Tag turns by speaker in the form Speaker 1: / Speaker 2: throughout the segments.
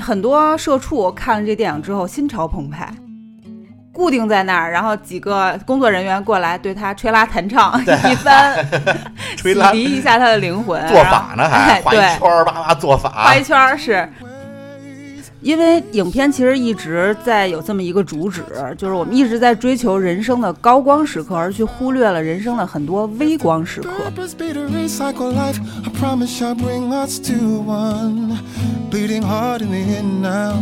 Speaker 1: 很多社畜看了这电影之后心潮澎湃，固定在那儿，然后几个工作人员过来对他吹拉弹唱 一番，
Speaker 2: 吹拉
Speaker 1: 洗涤一下他的灵魂，
Speaker 2: 做法啊呢还
Speaker 1: 哎
Speaker 2: 画一
Speaker 1: 对
Speaker 2: 圈儿，叭叭做法
Speaker 1: 画，一圈儿是。因为影片其实一直在有这么一个主旨，就是我们一直在追求人生的高光时刻，而去忽略了人生的很多微光时刻。
Speaker 3: Purpose be to recycle life. I promise I'll bring lots to one. Bleeding hard in the end now,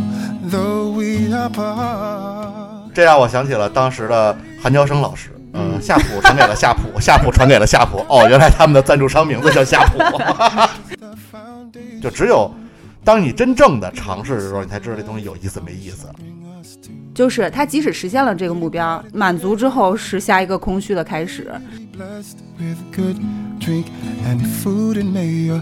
Speaker 3: though we are part.
Speaker 2: 这让我想起了当时的韩乔生老师。嗯，夏普传给了夏普， 夏普传给了夏普。
Speaker 1: 哎
Speaker 2: 哦，原来他们的赞助商名字叫夏普。啊
Speaker 3: The foundation
Speaker 2: 就只有当你真正的尝试的时候，你才知道这东西有意思没意思。
Speaker 3: us to
Speaker 1: 就是他即使实现了这个目标，满足之后是下一个空虚的开始。
Speaker 3: be blessed with good drink and food, and may your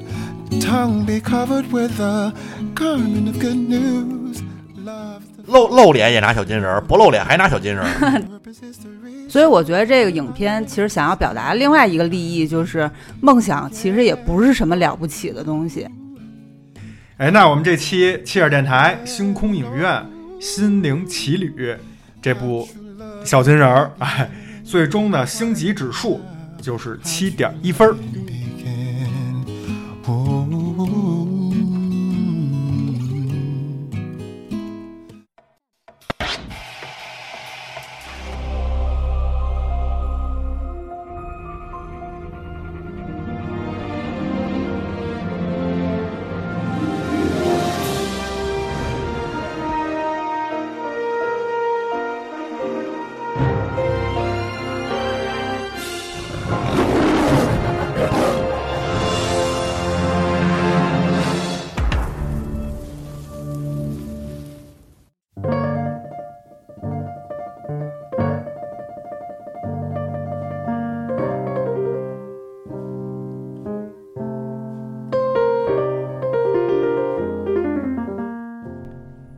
Speaker 3: tongue be covered with a garment of good news. Love
Speaker 2: 露露脸也拿小金人儿，不露脸还拿小金 人儿。
Speaker 3: the purpose is to reach.
Speaker 1: 所以我觉得这个影片其实想要表达另外一个利益，就是梦想其实也不是什么了不起的东西。
Speaker 4: 哎，那我们这期切尔电台星空影院《心灵奇旅》这部小金人儿， 哎，最终呢星级指数就是七点一分儿。
Speaker 3: begin. Ooh.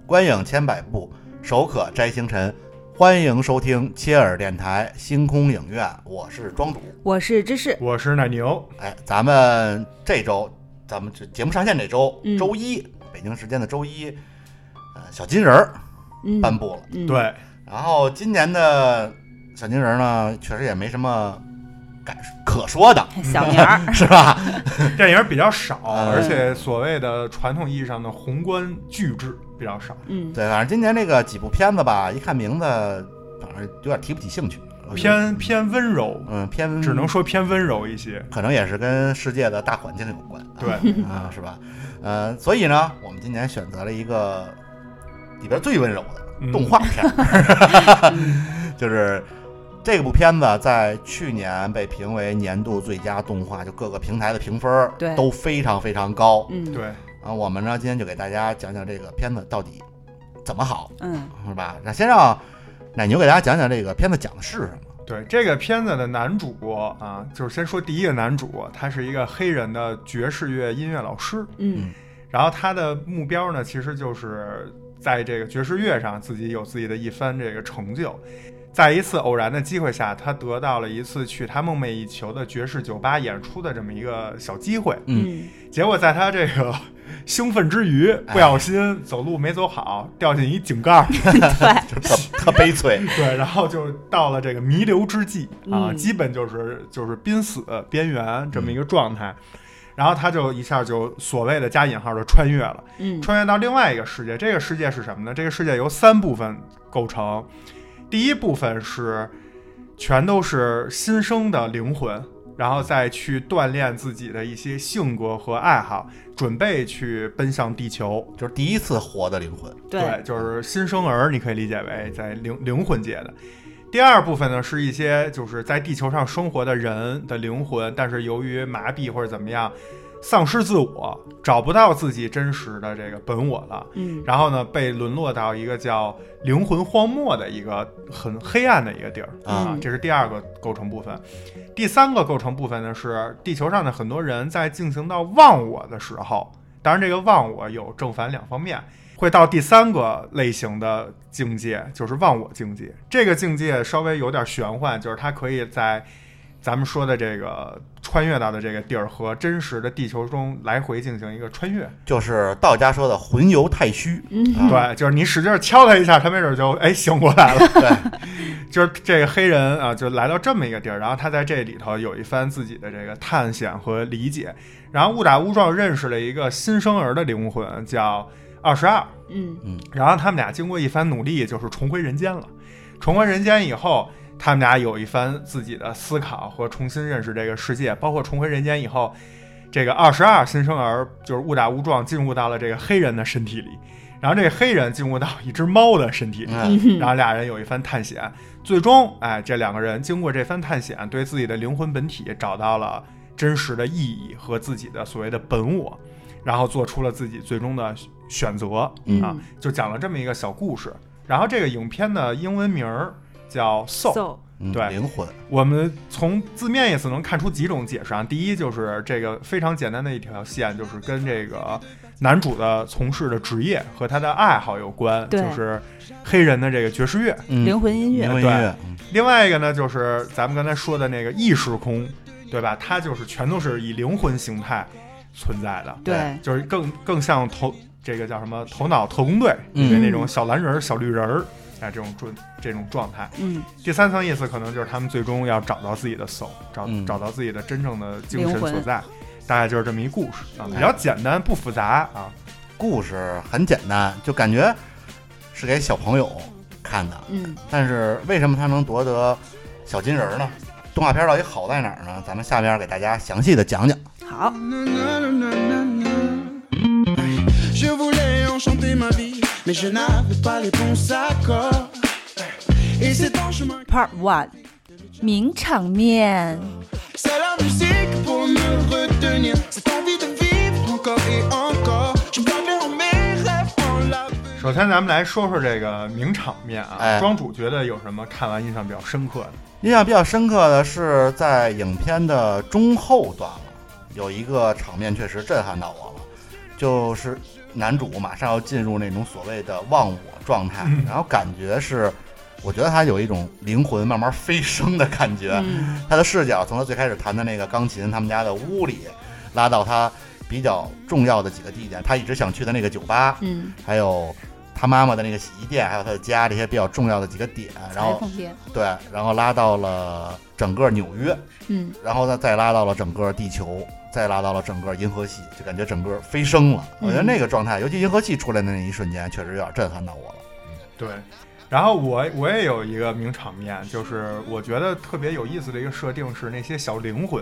Speaker 2: 观影千百步，手可摘星辰。欢迎收听切尔电台星空影院，我是庄主。
Speaker 1: 我是芝士，
Speaker 4: 我是奶牛，
Speaker 2: 哎，咱们这周，咱们这节目上线这周，
Speaker 1: 嗯
Speaker 2: 周一，北京时间的周一，呃，小金人儿
Speaker 1: 嗯，
Speaker 2: 颁布了。
Speaker 1: 嗯，
Speaker 4: 对，
Speaker 2: 然后今年的小金人儿呢，确实也没什么感可说的，
Speaker 1: 小年 儿，
Speaker 2: 是吧？
Speaker 4: 电影比较少，
Speaker 2: 嗯
Speaker 4: 而且所谓的传统意义上的宏观巨制比较少，
Speaker 1: 嗯，
Speaker 2: 对，反正今年这个几部片子吧，一看名字，反正有点提不起兴趣。我觉得
Speaker 4: 偏偏温柔，
Speaker 2: 嗯偏，
Speaker 4: 只能说偏温柔一些。
Speaker 2: 可能也是跟世界的大环境有关，
Speaker 4: 对，
Speaker 1: 嗯
Speaker 2: 啊，是吧？呃，所以呢，我们今年选择了一个里边最温柔的
Speaker 1: 嗯
Speaker 4: 嗯
Speaker 2: 动画片儿， 就是这部片子在去年被评为年度最佳动画，就各个平台的评分儿
Speaker 1: 对
Speaker 2: 都非常非常高。
Speaker 1: 嗯，
Speaker 4: 对，
Speaker 2: 啊，我们呢今天就给大家讲讲这个片子到底怎么好，
Speaker 1: 嗯，
Speaker 2: 是吧？那先让奶牛给大家讲讲这个片子讲的是什么。
Speaker 4: 对这个片子的男主啊，就是先说第一个男主，他是一个黑人的爵士乐音乐老师，
Speaker 1: 嗯，
Speaker 4: 然后他的目标呢，其实就是在这个爵士乐上自己有自己的一番这个成就。在一次偶然的机会下，他得到了一次去他梦寐以求的爵士酒吧演出的这么一个小机会。
Speaker 1: 嗯，
Speaker 4: 结果在他这个呃兴奋之余，不小心走路没走好，掉进一井盖儿，
Speaker 1: 对，
Speaker 2: 就是 特特悲催，
Speaker 4: 对，然后就到了这个弥留之际啊，
Speaker 1: 嗯
Speaker 4: 基本就是就是濒死边缘这么一个状态。然后他就一下就所谓的加引号的穿越了，
Speaker 1: 嗯，
Speaker 4: 穿越到另外一个世界。这个世界是什么呢？这个世界由三部分构成，第一部分是全都是新生的灵魂，然后再去锻炼自己的一些性格和爱好，准备去奔向地球。
Speaker 2: 就是第一次活的灵魂。
Speaker 1: 对，
Speaker 4: 就是新生儿，你可以理解为在灵灵魂界的。第二部分呢，是一些就是在地球上生活的人的灵魂，但是由于麻痹或者怎么样，丧失自我，找不到自己真实的这个本我了。
Speaker 1: 嗯，
Speaker 4: 然后呢，被沦落到一个叫灵魂荒漠的一个很黑暗的一个地儿
Speaker 2: 啊
Speaker 1: 嗯
Speaker 4: 这是第二个构成部分。第三个构成部分呢是地球上的很多人在进行到忘我的时候，当然这个忘我有正反两方面，会到第三个类型的境界，就是忘我境界。这个境界稍微有点玄幻，就是它可以在咱们说的这个。穿越到的这个地儿和真实的地球中来回进行一个穿越。
Speaker 2: 就是道家说的魂游太虚，
Speaker 1: 嗯，
Speaker 2: 啊
Speaker 4: 对，就是你使劲敲他一下，他没准就哎醒过来了。
Speaker 2: 对，
Speaker 4: 就是这个黑人啊，就来到这么一个地儿，然后他在这里头有一番自己的这个探险和理解，然后误打误撞认识了一个新生儿的灵魂，叫二十二。
Speaker 1: 嗯
Speaker 4: 然后他们俩经过一番努力，就是重回人间了。重回人间以后，他们俩有一番自己的思考和重新认识这个世界，包括重回人间以后，这个二十二新生儿就是误打误撞进入到了这个黑人的身体里，然后这个黑人进入到一只猫的身体里，
Speaker 2: 嗯，
Speaker 4: 然后俩人有一番探险，最终，哎，这两个人经过这番探险，对自己的灵魂本体找到了真实的意义和自己的所谓的本我，然后做出了自己最终的选择、啊
Speaker 1: 嗯，
Speaker 4: 就讲了这么一个小故事。然后这个影片的英文名儿叫《Soul》，
Speaker 1: ，so
Speaker 2: 嗯
Speaker 4: 对
Speaker 2: 灵魂，
Speaker 4: 我们从字面意思能看出几种解释啊。第一就是这个非常简单的一条线，就是跟这个男主的从事的职业和他的爱好有关，
Speaker 1: 对
Speaker 4: 就是黑人的这个爵士乐。
Speaker 2: 嗯
Speaker 1: 灵魂音
Speaker 2: 灵
Speaker 1: 乐，
Speaker 2: 魂音
Speaker 4: 对
Speaker 2: 乐，嗯
Speaker 4: 另外一个呢，就是咱们刚才说的那个异时空，对吧？它就是全都是以灵魂形态存在的，
Speaker 1: 对，
Speaker 4: 就是更更像头这个叫什么头脑特工队
Speaker 2: 嗯
Speaker 4: 里面那种小蓝人儿、小绿人儿啊这种状这种状态。
Speaker 1: 嗯，
Speaker 4: 第三层意思可能就是他们最终要找到自己的 soul，找、
Speaker 2: 嗯
Speaker 4: 找到自己的真正的精神
Speaker 1: 灵魂
Speaker 4: 所在，大概就是这么一故事
Speaker 2: 嗯
Speaker 4: 啊，比较简单不复杂啊。
Speaker 2: 故事很简单，就感觉是给小朋友看的，
Speaker 1: 嗯，
Speaker 2: 但是为什么他能夺得小金人呢？动画片到底好在哪儿呢？咱们下面给大家详细的讲讲。
Speaker 1: 好，
Speaker 3: Je voulais enchanter ma vie, mais je n'avais pas les bons accords. Et c'est en chemin
Speaker 1: Part One，名场面，
Speaker 3: C'est la musique pour me retenir. Cette envie de vivre encore et encore. Je me perds en mes rêves, en la
Speaker 4: 首先，咱们来说说这个名场面啊，
Speaker 2: 哎
Speaker 4: 庄主觉得有什么看完印象比较深刻的？
Speaker 2: 印象比较深刻的是，在影片的中后段了，有一个场面确实震撼到我了，就是男主马上要进入那种所谓的忘我状态，然后感觉是，我觉得他有一种灵魂慢慢飞升的感觉，
Speaker 1: 嗯
Speaker 2: 他的视角从他最开始弹的那个钢琴，他们家的屋里，拉到他比较重要的几个地点，他一直想去的那个酒吧，
Speaker 1: 嗯，
Speaker 2: 还有他妈妈的那个洗衣店，还有他的家这些比较重要的几个点，然
Speaker 1: 裁
Speaker 2: 后
Speaker 1: 缝店，
Speaker 2: 对，然后拉到了整个纽约，
Speaker 1: 嗯
Speaker 2: 然后呢再拉到了整个地球，再拉到了整个银河系，就感觉整个飞升了。我觉
Speaker 1: 嗯
Speaker 2: 得那个状态，尤其银河系出来的那一瞬间，确实有点震撼到我了。
Speaker 4: 对，然后我我也有一个名场面，就是我觉得特别有意思的一个设定是那些小灵魂，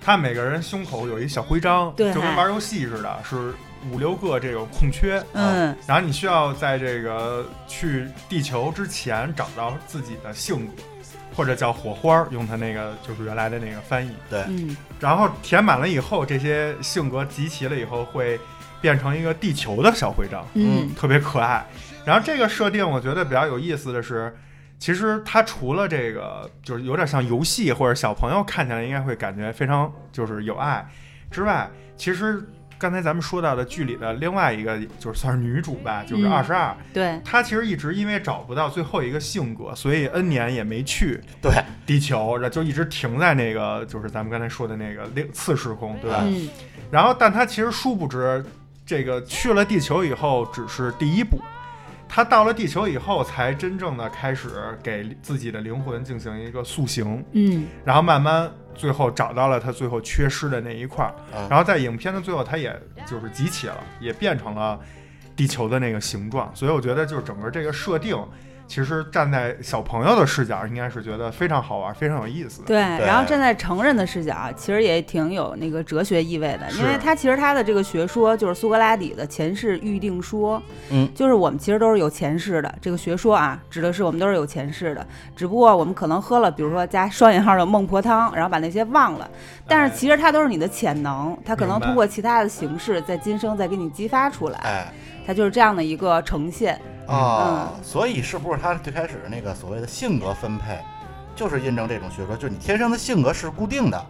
Speaker 4: 他每个人胸口有一小徽章，
Speaker 1: 对
Speaker 4: 就跟玩游戏似的，是五六个这种空缺，
Speaker 1: 嗯
Speaker 4: 然后你需要在这个去地球之前找到自己的性格，或者叫火花儿，用它那个就是原来的那个翻译，
Speaker 1: 嗯，
Speaker 4: 然后填满了以后，这些性格集齐了以后会变成一个地球的小徽章。
Speaker 1: 嗯
Speaker 4: 特别可爱。然后这个设定我觉得比较有意思的是，其实它除了这个就是有点像游戏或者小朋友看起来应该会感觉非常就是有爱之外，其实刚才咱们说到的剧里的另外一个就是算是女主吧，就是
Speaker 1: 嗯
Speaker 4: 二十二，
Speaker 1: 对，
Speaker 4: 她其实一直因为找不到最后一个性格，所以 N 年也没去
Speaker 2: 对，
Speaker 4: 地球，然后就一直停在那个就是咱们刚才说的那个另次时空，对吧？
Speaker 1: 嗯
Speaker 4: 然后，但他其实殊不知，这个去了地球以后只是第一步，他到了地球以后才真正的开始给自己的灵魂进行一个塑形，
Speaker 1: 嗯
Speaker 4: 然后慢慢最后找到了他最后缺失的那一块儿
Speaker 2: 嗯，
Speaker 4: 然后在影片的最后，他也就是集齐了，也变成了地球的那个形状。所以我觉得，就是整个这个设定，其实站在小朋友的视角，应该是觉得非常好玩，非常有意思的。
Speaker 1: 对，然后站在成人的视角，其实也挺有那个哲学意味的，因为
Speaker 4: 是
Speaker 1: 他其实他的这个学说就是苏格拉底的前世预定说，
Speaker 2: 嗯，
Speaker 1: 就是我们其实都是有前世的，这个学说啊，指的是我们都是有前世的，只不过我们可能喝了，比如说加双引号的孟婆汤，然后把那些忘了，但
Speaker 2: 哎
Speaker 1: 是其实它都是你的潜能，它可能
Speaker 4: 明白
Speaker 1: 通过其他的形式在今生再给你激发出来，
Speaker 2: 哎
Speaker 1: 它就是这样的一个呈现，
Speaker 2: 啊，所以是不是他最开始那个所谓的性格分配，就是印证这种学说，就是你天生的性格是固定的。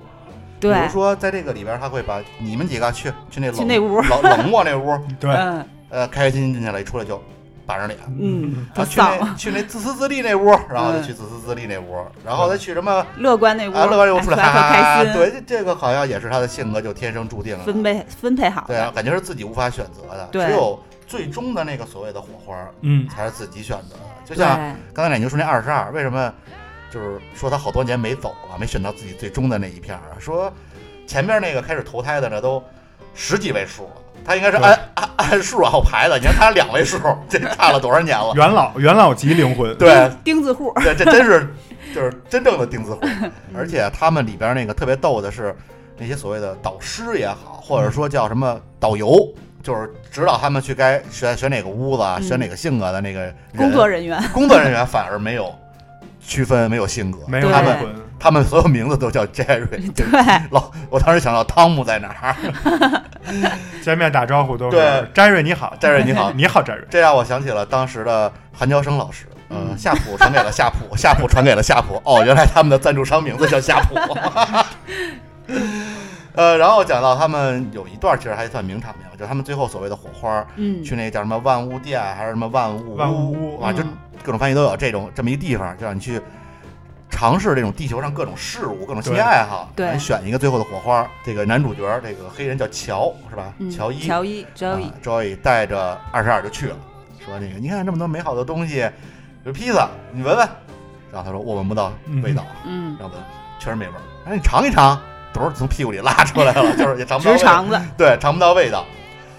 Speaker 1: 对
Speaker 2: 比，如说在这个里边，他会把你们几个去去那冷
Speaker 1: 去那屋
Speaker 2: 冷冷漠那屋，
Speaker 4: 对
Speaker 1: 嗯
Speaker 2: 呃，开开心心进去了，一出来就板着脸。
Speaker 1: 嗯，
Speaker 2: 他
Speaker 1: 他
Speaker 2: 去
Speaker 1: 丧
Speaker 2: 那
Speaker 1: 了，
Speaker 2: 去那自私自利那屋，然后就去自私自利那屋，然后再去什么啊
Speaker 1: 乐观那屋，
Speaker 2: 乐观那屋
Speaker 1: 哎
Speaker 2: 出来，
Speaker 1: 还
Speaker 2: 哈哈
Speaker 1: 特开
Speaker 2: 哈。
Speaker 1: 心，
Speaker 2: 啊对，这这个好像也是他的性格就天生注定了。
Speaker 1: 分配分配好
Speaker 2: 对啊
Speaker 1: 了，，
Speaker 2: 感觉是自己无法选择的，
Speaker 1: 对
Speaker 2: 只有最终的那个所谓的火花
Speaker 4: 嗯
Speaker 2: 才是自己选择的。就
Speaker 1: 对，
Speaker 2: 像刚才奶牛说那二十二，为什么就是说他好多年没走了，没选到自己最终的那一片儿啊？说前面那个开始投胎的呢，都十几位数了，他应该是
Speaker 4: 对
Speaker 2: 按按按数往后排的。你看他两位数， 这差了多少年 了？
Speaker 4: 元老元老级灵魂，
Speaker 2: 对
Speaker 1: 钉子户，
Speaker 2: 对，这真是就是真正的钉子户。而且他们里边那个特别逗的是，那些所谓的导师也好，或者说叫什么导游。就是指导他们去该选选哪个屋子啊，
Speaker 1: 嗯
Speaker 2: 选哪个性格的那个人
Speaker 1: 工作人员，
Speaker 2: 工作人员反而没有区分，没有性格，
Speaker 4: 没有
Speaker 2: 他
Speaker 4: 灵
Speaker 1: 对
Speaker 2: 们
Speaker 4: 魂，
Speaker 2: 他们所有名字都叫 Jerry。
Speaker 1: 对，
Speaker 2: 老，我当时想到汤姆在哪儿
Speaker 4: 见面打招呼都是
Speaker 2: 对
Speaker 4: Jerry 你好
Speaker 2: ，Jerry 你好，
Speaker 4: 你好 Jerry，
Speaker 2: 这让我想起了当时的韩乔生老师。嗯，
Speaker 1: 嗯
Speaker 2: 夏普传给了夏普，夏普传给了夏普。哦，原来他们的赞助商名字叫夏普。 呃，然后讲到他们有一段其实还算名场面，就是他们最后所谓的火花，
Speaker 1: 嗯，
Speaker 2: 去那个叫什么万物店还是什么万物
Speaker 4: 万物
Speaker 2: 屋
Speaker 4: 屋
Speaker 2: 啊，就
Speaker 1: 嗯
Speaker 2: 各种翻译都有这种这么一地方，就让你去尝试这种地球上各种事物、各种兴趣
Speaker 4: 对
Speaker 2: 爱好，
Speaker 1: 对
Speaker 2: 来选一个最后的火花。这个男主角这个黑人叫乔是吧？
Speaker 1: 嗯
Speaker 2: 乔伊，
Speaker 1: 乔伊
Speaker 2: 啊
Speaker 1: 乔伊，
Speaker 2: Joey 带着二十二就去了，说那个你看这么多美好的东西，有披萨，你闻闻。然后他说我闻不到味道，
Speaker 1: 嗯，
Speaker 2: 然后闻确实没味儿。哎，你尝一尝，都是从屁股里拉出来 了，就是也尝不到
Speaker 1: 直
Speaker 2: 味道。
Speaker 1: 肠子，
Speaker 2: 对，尝不到味道。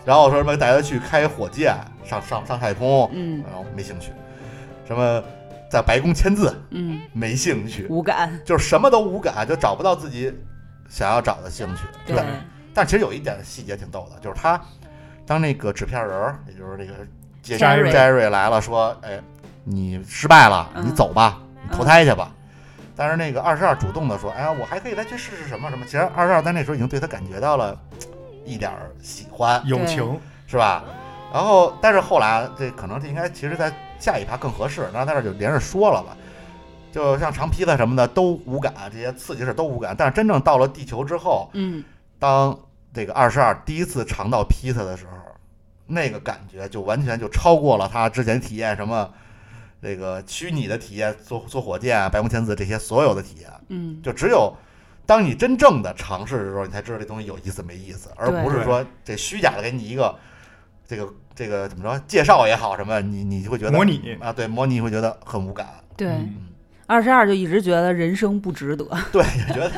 Speaker 2: 然后说什么带他去开火箭，上上上太空，
Speaker 1: 嗯
Speaker 2: 然后没兴趣。什么在白宫签字，
Speaker 1: 嗯，
Speaker 2: 没兴趣，
Speaker 1: 无感，
Speaker 2: 就是什么都无感，就找不到自己想要找的兴趣。
Speaker 1: 对
Speaker 2: 但但其实有一点细节挺逗的，就是他当那个纸片人儿，也就是那个杰
Speaker 1: Jerry
Speaker 2: Jerry 来了，说：“哎，你失败了，
Speaker 1: 嗯
Speaker 2: 你走吧，你
Speaker 1: 嗯
Speaker 2: 投胎去吧。但是那个二十二主动的说：“哎呀，我还可以再去试试什么什么。”其实二十二在那时候已经对他感觉到了嘖一点儿喜欢，
Speaker 4: 友情
Speaker 2: 是吧？然后，但是后来这可能这应该其实在下一趴更合适，那在这儿就连着说了吧。就像长披萨什么的都无感，这些刺激事都无感。但是真正到了地球之后，
Speaker 1: 嗯，
Speaker 2: 当这个二十二第一次尝到披萨的时候，那个感觉就完全就超过了他之前体验什么这个虚拟的体验，坐坐火箭啊、白宫签字这些所有的体验，
Speaker 1: 嗯，
Speaker 2: 就只有。当你真正的尝试的时候，你才知道这东西有意思没意思，而
Speaker 1: 对
Speaker 2: 不是说这虚假的给你一个这个这个怎么说介绍也好什么，你你就会觉得
Speaker 4: 模拟，
Speaker 2: 啊，对模拟会觉得很无感，
Speaker 1: 对，
Speaker 4: 嗯
Speaker 1: 二十二就一直觉得人生不 值得，
Speaker 2: 对，也觉得，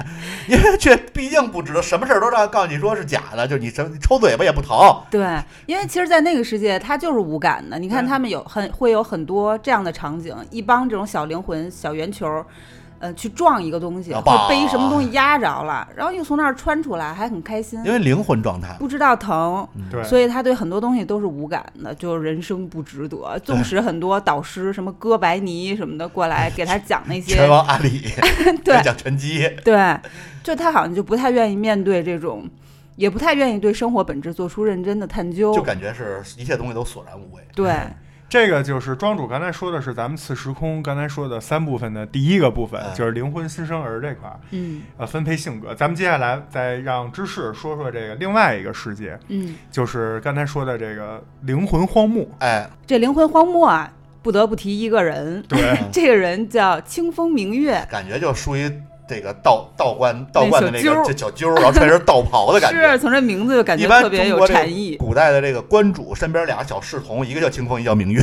Speaker 2: 因为这毕竟不值得，什么事儿都让告诉你说是假的，就是你什么你抽嘴巴也不疼，
Speaker 1: 对，因为其实，在那个世界，它就是无感的。你看，
Speaker 2: 嗯
Speaker 4: 对
Speaker 1: 他们有很会有很多这样的场景，一帮这种小灵魂、小圆球，呃，去撞一个东西，
Speaker 2: 啊
Speaker 1: 或被一什么东西压着了，然后又从那儿穿出来，还很开心
Speaker 2: 因，为灵魂状态。嗯
Speaker 1: 不知道疼，
Speaker 4: 对，
Speaker 1: 所以他嗯对很多东西都是无感的，就是人生不值得。纵使很多导师，什么哥白尼什么的过来给他讲那些
Speaker 2: 拳，王阿里
Speaker 1: 对
Speaker 2: 讲拳击，
Speaker 1: 对，就他好像就不太愿意面对这种，也不太愿意对生活本质做出认真的探究
Speaker 2: 就。感觉是一切东西都索然无味。
Speaker 1: 对，
Speaker 4: 这个就是庄主刚才说的是咱们次时空刚才说的三部分的第一个部分，
Speaker 2: 嗯
Speaker 4: 就是灵魂新生儿这块儿，
Speaker 1: 嗯
Speaker 4: 呃，分配性格。咱们接下来再让芝士说说这个另外一个世界，
Speaker 1: 嗯。
Speaker 4: 就是刚才说的这个灵魂荒漠。
Speaker 2: 哎，
Speaker 1: 这灵魂荒漠啊，不得不提一个人，
Speaker 4: 对，
Speaker 1: 这个人叫清风明月，
Speaker 2: 感觉就属于这个道道观道观的那
Speaker 1: 小
Speaker 2: 个
Speaker 1: 揪
Speaker 2: 这小揪儿，然后穿一身道袍的感
Speaker 1: 是
Speaker 2: 觉。
Speaker 1: 从这名字就感
Speaker 2: 一
Speaker 1: 觉
Speaker 2: 般
Speaker 1: 特别
Speaker 2: 中
Speaker 1: 有
Speaker 2: 国这
Speaker 1: 禅意，
Speaker 2: 古代的这个官主身边俩小侍从，一个叫清风，一个叫明 月。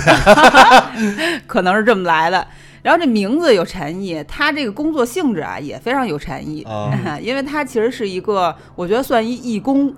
Speaker 1: 可能是这么来的。然后这名字有禅意，他这个工作性质啊也非常有禅意，
Speaker 2: 啊，
Speaker 1: 因为他其实是一个，我觉得算一义工，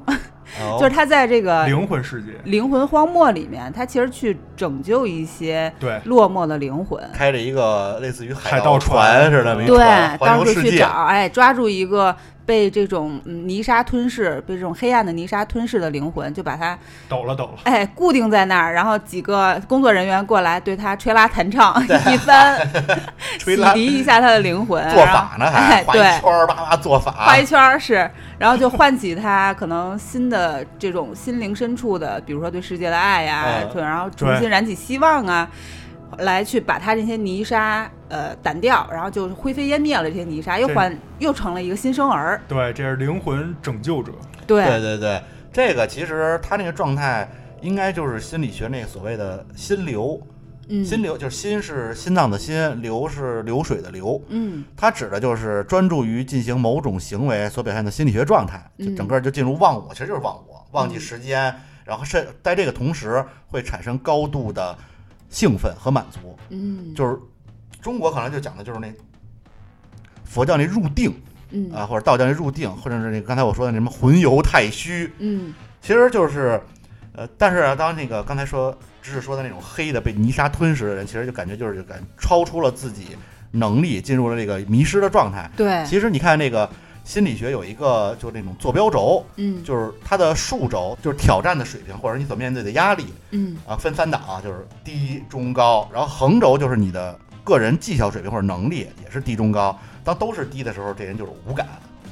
Speaker 2: 哦
Speaker 1: 就是他在这个
Speaker 4: 灵魂世界，
Speaker 1: 灵魂荒漠里面，他其实去拯救一些
Speaker 4: 对，
Speaker 1: 落寞的灵魂。
Speaker 2: 开着一个类似于
Speaker 4: 海
Speaker 2: 盗
Speaker 4: 盗
Speaker 2: 船
Speaker 4: 船
Speaker 2: 似的，一
Speaker 1: 对
Speaker 2: 船，环
Speaker 1: 到
Speaker 2: 游
Speaker 1: 处
Speaker 2: 世
Speaker 1: 去
Speaker 2: 界
Speaker 1: 找，。哎，抓住一个被这种嗯泥沙吞噬、被这种黑暗的泥沙吞噬的灵魂，就把它
Speaker 4: 抖了抖了，
Speaker 1: 哎，固定在那儿，然后几个工作人员过来对他吹拉弹唱 一番，洗
Speaker 2: 吹拉
Speaker 1: 涤一下他的灵魂，
Speaker 2: 做
Speaker 1: 然后
Speaker 2: 法呢还
Speaker 1: 哎，
Speaker 2: 画一
Speaker 1: 对
Speaker 2: 圈，儿，叭叭做法，
Speaker 1: 画一圈儿是，然后就唤起他可能新的这种心灵深处的，比如说对世界的爱呀、
Speaker 2: 嗯
Speaker 1: 对然后重新燃起希望啊，来去把他这些泥沙呃掸掉，然后就灰飞烟灭了这些泥沙，又
Speaker 4: 对
Speaker 1: 换又成了一个新生儿，
Speaker 4: 对，这是灵魂拯救者，
Speaker 1: 对
Speaker 2: 对对对，这个其实他那个状态应该就是心理学那个所谓的心流。
Speaker 1: 嗯
Speaker 2: 心流就是心是心脏的心，流是流水的流。
Speaker 1: 嗯
Speaker 2: 它指的就是专注于进行某种行为所表现的心理学状态，就
Speaker 1: 嗯
Speaker 2: 整个就进入忘我，其实就是忘我，忘记时间，然后是在这个同时会产生高度的兴奋和满足。
Speaker 1: 嗯
Speaker 2: 就是中国可能就讲的就是那佛教那入定
Speaker 1: 嗯
Speaker 2: 啊，或者道教那入定，或者是那个刚才我说的那什么魂游太虚，
Speaker 1: 嗯
Speaker 2: 其实就是呃，但是、啊、当那个刚才说只是说的那种黑的被泥沙吞噬的人，其实就感觉就是就感超出了自己能力，进入了这个迷失的状态。
Speaker 1: 对
Speaker 2: 其实你看那个心理学有一个就是那种坐标轴，
Speaker 1: 嗯
Speaker 2: 就是它的数轴就是挑战的水平或者你所面对的压力
Speaker 1: 嗯
Speaker 2: 啊，分三档啊，就是低、中、高，然后横轴就是你的个人绩效水平或者能力也是低、中、高。当都是低的时候，这人就是无感，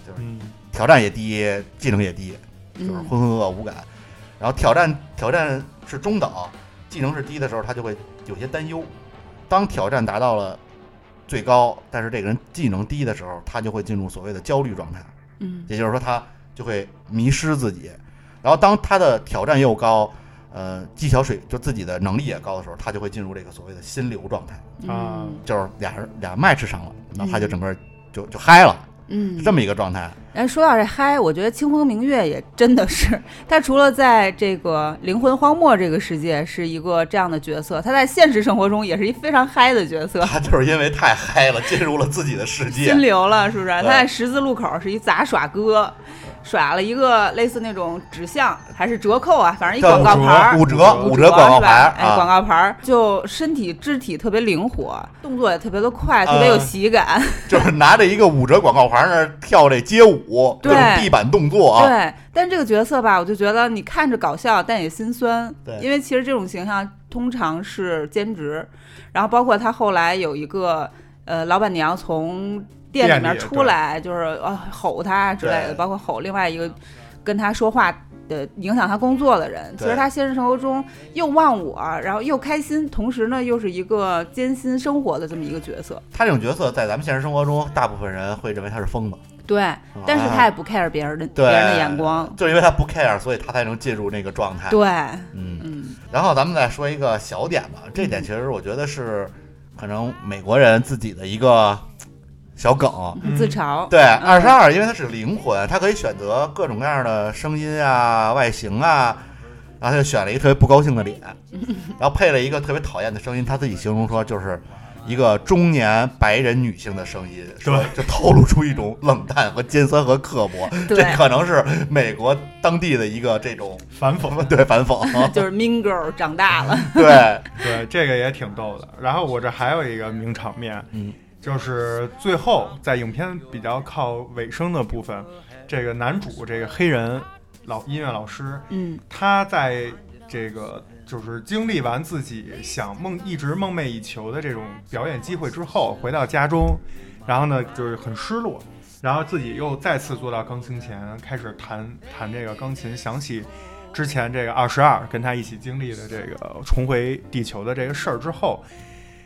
Speaker 2: 就是
Speaker 4: 嗯，
Speaker 2: 挑战也低，技能也低，就是
Speaker 1: 嗯
Speaker 2: 浑浑噩噩无感。然后挑战挑战是中等，技能是低的时候，他就会有些担忧。当挑战达到了最高，但是这个人技能低的时候，他就会进入所谓的焦虑状态，
Speaker 1: 嗯
Speaker 2: 也就是说他就会迷失自己。然后当他的挑战又高，呃，技巧水就自己的能力也高的时候，他就会进入这个所谓的心流状态，
Speaker 4: 啊
Speaker 1: 嗯
Speaker 2: 就是俩人俩 match 上了，然后他就整个就就嗨了，
Speaker 1: 嗯
Speaker 2: 是这么一个状态。
Speaker 1: 哎，说到这嗨，我觉得《清风明月》也真的是，他除了在这个灵魂荒漠这个世界是一个这样的角色，他在现实生活中也是一非常嗨的角色，
Speaker 2: 他就是因为太嗨了，进入了自己的世界
Speaker 1: 心。流了，是不是？他
Speaker 2: 对
Speaker 1: 在十字路口是一杂耍哥，耍了一个类似那种指向还是折扣啊，反正一
Speaker 2: 叫
Speaker 1: 广告牌儿
Speaker 2: 五。折，
Speaker 1: 五
Speaker 2: 五折广告
Speaker 1: 是
Speaker 2: 牌
Speaker 1: 吧
Speaker 2: 儿
Speaker 1: 哎，广
Speaker 2: 啊，
Speaker 1: 告牌儿就身体肢体特别灵活，动作也特别的快，特别有
Speaker 2: 呃
Speaker 1: 喜感。
Speaker 2: 就是拿着一个五折广告牌儿那儿跳这街舞，各
Speaker 1: 对
Speaker 2: 种地板动作啊，
Speaker 1: 对，但这个角色吧，我就觉得你看着搞笑，但也心酸。
Speaker 2: 对
Speaker 1: 因为其实这种形象通常是兼职，然后包括他后来有一个呃，老板娘从店里
Speaker 4: 店
Speaker 1: 面
Speaker 4: 里
Speaker 1: 出来，就是呃吼他之类的，
Speaker 2: 对
Speaker 1: 包括吼另外一个跟他说话。的影响他工作的人，其实
Speaker 2: 对
Speaker 1: 他现实生活中又忘我，然后又开心，同时呢又是一个艰辛生活的这么一个角色。
Speaker 2: 他这种角色在咱们现实生活中，大部分人会认为他是疯子，
Speaker 1: 对，但是他也不 care 别人的、别人的
Speaker 2: 哦对
Speaker 1: 眼光。
Speaker 2: 就是因为他不 care，所以他才能进入那个状态。
Speaker 1: 对，
Speaker 2: 嗯，
Speaker 1: 嗯
Speaker 2: 然后咱们再说一个小点吧，这点其实我觉得是可能美国人自己的一个小梗。
Speaker 4: 嗯
Speaker 1: 自嘲。
Speaker 2: 对，二十二，因为它是灵魂，它可以选择各种各样的声音啊、外形啊，然后他就选了一个特别不高兴的脸， 然后配了一个特别讨厌的声音，他自己形容说就是一个中年白人女性的声音，说就透露出一种冷淡和尖酸和刻薄，
Speaker 1: 对
Speaker 2: 这可能是美国当地的一个这种
Speaker 4: 反 讽。
Speaker 2: 对反讽，
Speaker 1: 就是 Mean Girl 长大了。
Speaker 2: 对，
Speaker 4: 对，这个也挺逗的。然后我这还有一个名场面，
Speaker 2: 嗯，
Speaker 4: 就是最后在影片比较靠尾声的部分，这个男主这个黑人老音乐老师，
Speaker 1: 嗯
Speaker 4: 他在这个就是经历完自己想梦一直梦寐以求的这种表演机会之后，回到家中，然后呢就是很失落，然后自己又再次坐到钢琴前，开始弹弹这个钢琴，想起之前这个二十二跟他一起经历的这个重回地球的这个事儿之后，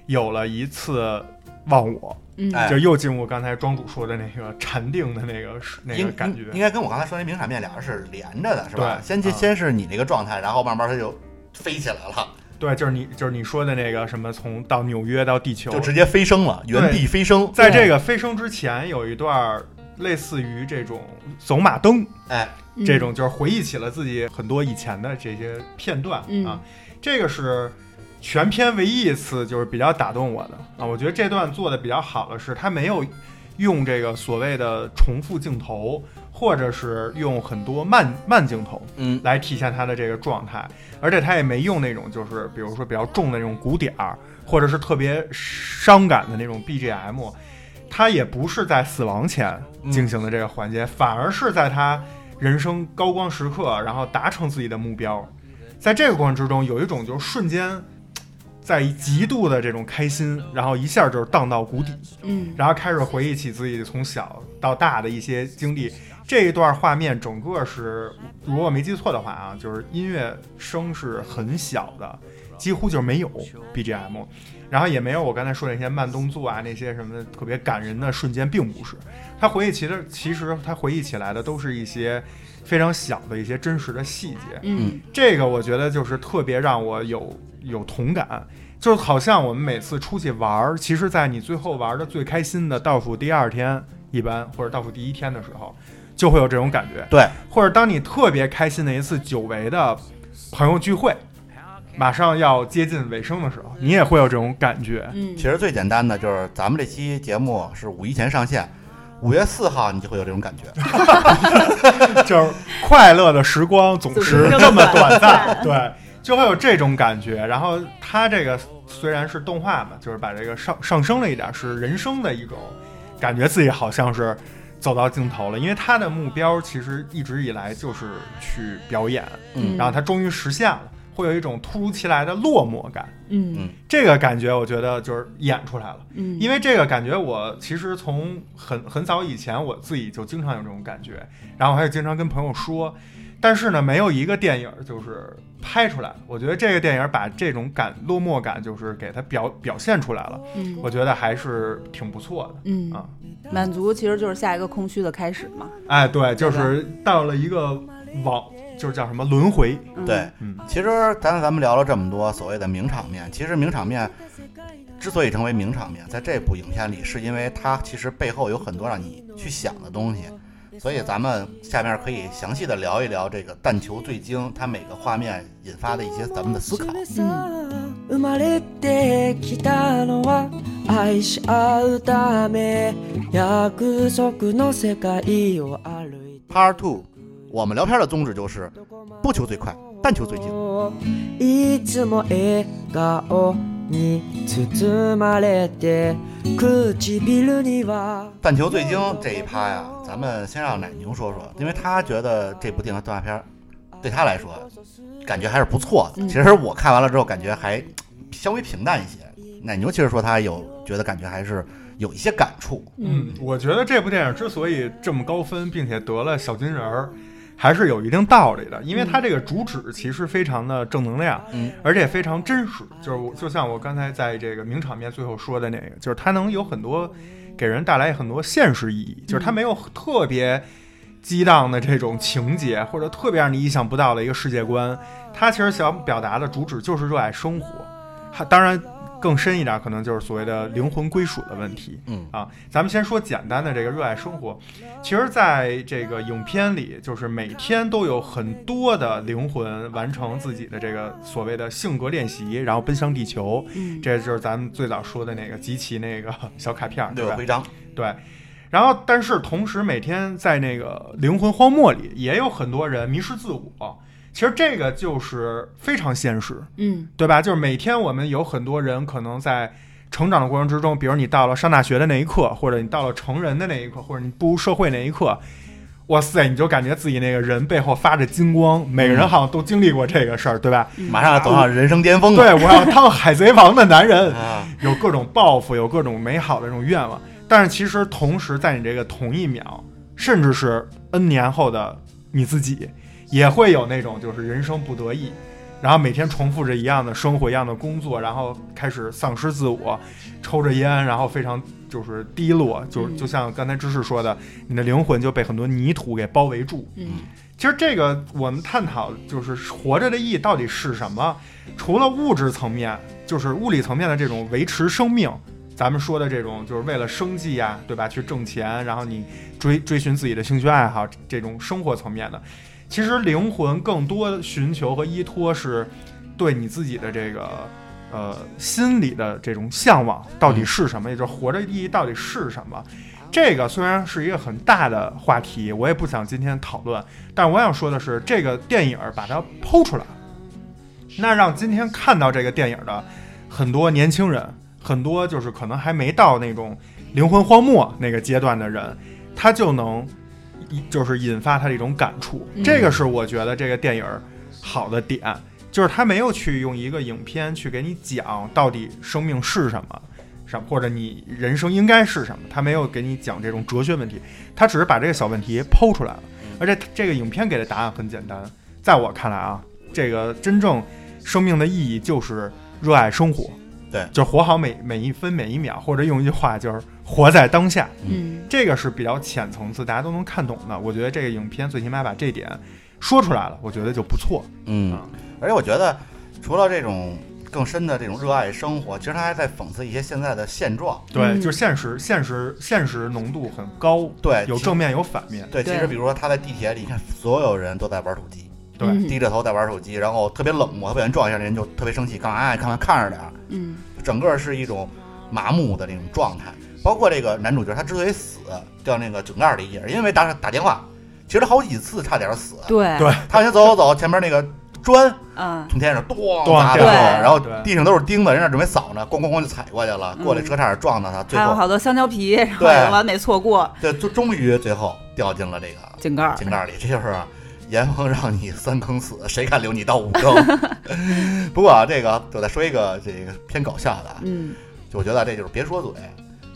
Speaker 4: 有了一次忘我，
Speaker 1: 嗯
Speaker 2: 哎
Speaker 4: 就又进入刚才庄主说的那个禅定的那个时那个
Speaker 2: 应
Speaker 4: 感觉
Speaker 2: 应，该跟我刚才说那名场面俩人是连着的，是吧？
Speaker 4: 对
Speaker 2: 先去
Speaker 4: 嗯
Speaker 2: 先是你那个状态，然后慢慢他就飞起来了，
Speaker 4: 对，就是你就是你说的那个什么从到纽约到地球
Speaker 2: 就直接飞升了，原地飞升，嗯
Speaker 4: 在这个飞升之前，有一段儿类似于这种走马灯，
Speaker 2: 哎。
Speaker 1: 嗯
Speaker 4: 这种就是回忆起了自己很多以前的这些片段、
Speaker 1: 嗯
Speaker 4: 啊。这个是全片唯一一次就是比较打动我的啊。我觉得这段做的比较好的是，它没有用这个所谓的重复镜头，或者是用很多慢慢镜头，
Speaker 2: 嗯
Speaker 4: 来体现他的这个状态，而且他也没用那种就是比如说比较重的那种鼓点儿，或者是特别伤感的那种 BGM，他也不是在死亡前进行的这个环节，反而是在他人生高光时刻，然后达成自己的目标，在这个过程之中，有一种就是瞬间。在极度的这种开心，然后一下就是荡到谷底，
Speaker 1: 嗯
Speaker 4: 然后开始回忆起自己从小到大的一些经历。这一段画面整个是，如果我没记错的话啊，就是音乐声是很小的，几乎就没有 BGM，然后也没有我刚才说那些慢动作啊，那些什么特别感人的瞬间，并不是。他回忆起的，其实他回忆起来的都是一些非常小的一些真实的细节。
Speaker 1: 嗯
Speaker 4: 这个我觉得就是特别让我有有同感，就是好像我们每次出去玩儿，其实，在你最后玩的最开心的倒数第二天，一般或者倒数第一天的时候，就会有这种感觉。
Speaker 2: 对，
Speaker 4: 或者当你特别开心的一次久违的朋友聚会，马上要接近尾声的时候，你也会有这种感觉。
Speaker 1: 嗯
Speaker 2: 其，实最简单的就是咱们这期节目是五一前上线，五月四号你就会有这种感觉。
Speaker 4: 就是快乐的时光总是这么短暂，对，就会有这种感觉。然后它这个虽然是动画嘛，就是把这个上上升了一点，是人生的一种感觉，自己好像是走到尽头了。因为他的目标其实一直以来就是去表演，
Speaker 1: 嗯
Speaker 4: 然后他终于实现了，会有一种突如其来的落寞感。
Speaker 1: 嗯
Speaker 4: 这个感觉，我觉得就是演出来了。
Speaker 1: 嗯，
Speaker 4: 因为这个感觉，我其实从很很早以前我自己就经常有这种感觉，然后还有经常跟朋友说，但是呢，没有一个电影就是拍出来。我觉得这个电影把这种感落寞感，就是给它表表现出来了，
Speaker 1: 嗯
Speaker 4: 我觉得还是挺不错的。
Speaker 1: 嗯
Speaker 4: 啊，
Speaker 1: 满足其实就是下一个空虚的开始嘛。
Speaker 4: 哎，对，就是到了一个往，就是叫什么轮回，
Speaker 1: 嗯
Speaker 2: 对，，
Speaker 4: 嗯
Speaker 2: 其实咱咱们聊了这么多所谓的名场面，其实名场面之所以成为名场面，在这部影片里，是因为它其实背后有很多让你去想的东西。所以咱们下面可以详细的聊一聊这个但求最精，它每个画面引发的一些咱们的思考。
Speaker 5: 生まれてきたのは愛し合うため約束の世界を歩いて
Speaker 2: Part Two，我们聊天的宗旨就是不求最快，但求最精。
Speaker 5: いつも笑顔に包まれて唇には
Speaker 2: 但求最精这一趴呀，咱们先让奶牛说说，因为他觉得这部电动画片儿对他来说感觉还是不错的。
Speaker 1: 嗯
Speaker 2: 其实我看完了之后，感觉还嘖稍微平淡一些。奶牛其实说他有觉得感觉还是有一些感触，
Speaker 4: 嗯，我觉得这部电影之所以这么高分，并且得了小金人儿，还是有一定道理的，因为它这个主旨其实非常的正能量，
Speaker 2: 嗯，
Speaker 4: 而且非常真实，就是我就像我刚才在这个名场面最后说的那个，就是它能有很多给人带来很多现实意义，就是它没有特别激荡的这种情节，或者特别让你意想不到的一个世界观，它其实想表达的主旨就是热爱生活，还当然更深一点，可能就是所谓的灵魂归属的问题，
Speaker 2: 嗯
Speaker 4: 啊，咱们先说简单的这个热爱生活。其实，在这个影片里，就是每天都有很多的灵魂完成自己的这个所谓的性格练习，然后奔向地球。
Speaker 1: 嗯
Speaker 4: 这就是咱们最早说的那个集齐那个小卡片儿，嗯对
Speaker 2: 六个
Speaker 4: 吧？
Speaker 2: 徽章，
Speaker 4: 对。然后，但是同时，每天在那个灵魂荒漠里，也有很多人迷失自我。其实这个就是非常现实，
Speaker 1: 嗯
Speaker 4: 对吧？就是每天我们有很多人可能在成长的过程之中，比如你到了上大学的那一刻，或者你到了成人的那一刻，或者你步入社会那一刻，哇塞，你就感觉自己那个人背后发着金光。每个人好像都经历过这个事儿，对吧？
Speaker 2: 马上要走上人生巅峰了。
Speaker 4: 对我要当海贼王的 男人，
Speaker 2: 啊，
Speaker 4: 有各种抱负，有各种美好的这种愿望。但是其实同时在你这个同一秒，甚至是 N 年后的你自己，也会有那种就是人生不得意，然后每天重复着一样的生活、一样的工作，然后开始丧失自我，抽着烟，然后非常就是低落，就
Speaker 1: 嗯
Speaker 4: 就像刚才芝士说的，你的灵魂就被很多泥土给包围住。
Speaker 1: 嗯
Speaker 4: 其实这个我们探讨就是活着的意义到底是什么？除了物质层面，就是物理层面的这种维持生命，咱们说的这种就是为了生计呀、对吧？去挣钱，然后你追 追寻自己的兴趣爱好，这种生活层面的。其实灵魂更多寻求和依托是对你自己的这个呃心理的这种向往到底是什么，也就是活着意义到底是什么。这个虽然是一个很大的话题，我也不想今天讨论，但我想说的是，这个电影把它剖出来，那让今天看到这个电影的很多年轻人，很多就是可能还没到那种灵魂荒漠那个阶段的人，他就能一就是引发他的一种感触。
Speaker 1: 嗯
Speaker 4: 这个是我觉得这个电影好的点，就是他没有去用一个影片去给你讲到底生命是什么。什么或者你人生应该是什么？他没有给你讲这种哲学问题，他只是把这个小问题剖出来了。而且这个影片给的答案很简单，在我看来啊，这个真正生命的意义就是热爱生活，
Speaker 2: 对
Speaker 4: 就是活好每每一分每一秒，或者用一句话就是活在当下。
Speaker 1: 嗯
Speaker 4: 这个是比较浅层次，大家都能看懂的。我觉得这个影片最起码把这点说出来了，我觉得就不错。
Speaker 2: 嗯
Speaker 4: 啊，
Speaker 2: 而且我觉得除了这种更深的这种热爱生活，其实他还在讽刺一些现在的现状。
Speaker 4: 对，
Speaker 1: 嗯
Speaker 4: 就现实、现实、现实浓度很高，
Speaker 2: 对，
Speaker 4: 有
Speaker 2: 其
Speaker 4: 正面有反面。
Speaker 2: 对，其
Speaker 1: 对
Speaker 2: 实比如说他在地铁里，你看所有人都在玩手机，
Speaker 4: 对
Speaker 1: 嗯
Speaker 2: 低着头在玩手机，然后特别冷漠，他不小心撞一下人就特别生气，干嘛呀？看看看着点儿，
Speaker 1: 嗯
Speaker 2: 整个是一种麻木的那种状态。包括这个男主角，他之所以死掉那个井盖里，也是因为打打电话，其实他好几次差点 死，
Speaker 1: 对
Speaker 4: 对
Speaker 2: 他先走走走，前面那个砖
Speaker 1: 啊
Speaker 2: 从天上咣
Speaker 4: 咣
Speaker 2: 砸
Speaker 4: 掉
Speaker 2: 下
Speaker 1: 下
Speaker 2: 来，
Speaker 1: 来
Speaker 2: 然后
Speaker 4: 对
Speaker 2: 地上都是钉子，人家准备扫呢，咣咣咣就踩过去了，
Speaker 1: 嗯
Speaker 2: 过来车差点撞到他，最
Speaker 1: 还有
Speaker 2: 后
Speaker 1: 好多香蕉皮，然后
Speaker 2: 对
Speaker 1: 完美错过
Speaker 2: 对，就终于最后掉进了这个
Speaker 1: 井盖儿。
Speaker 2: 井盖里，这就是阎王让你三更死，谁敢留你到五更？ 不过啊，这个我再说一个这个偏搞笑的啊，
Speaker 1: 嗯
Speaker 2: 就我觉得这就是别说嘴。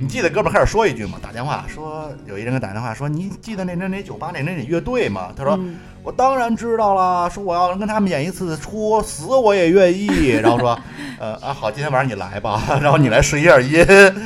Speaker 2: 你记得哥们儿开始说一句吗？打电话说有一人给打电话说你记得那那那酒吧那那那乐队吗？他说、
Speaker 1: 嗯
Speaker 2: 我当然知道啦，说我要能跟他们演一次出，死我也愿意。然后说，呃啊好，今天晚上你来吧， 然后你来试一下音，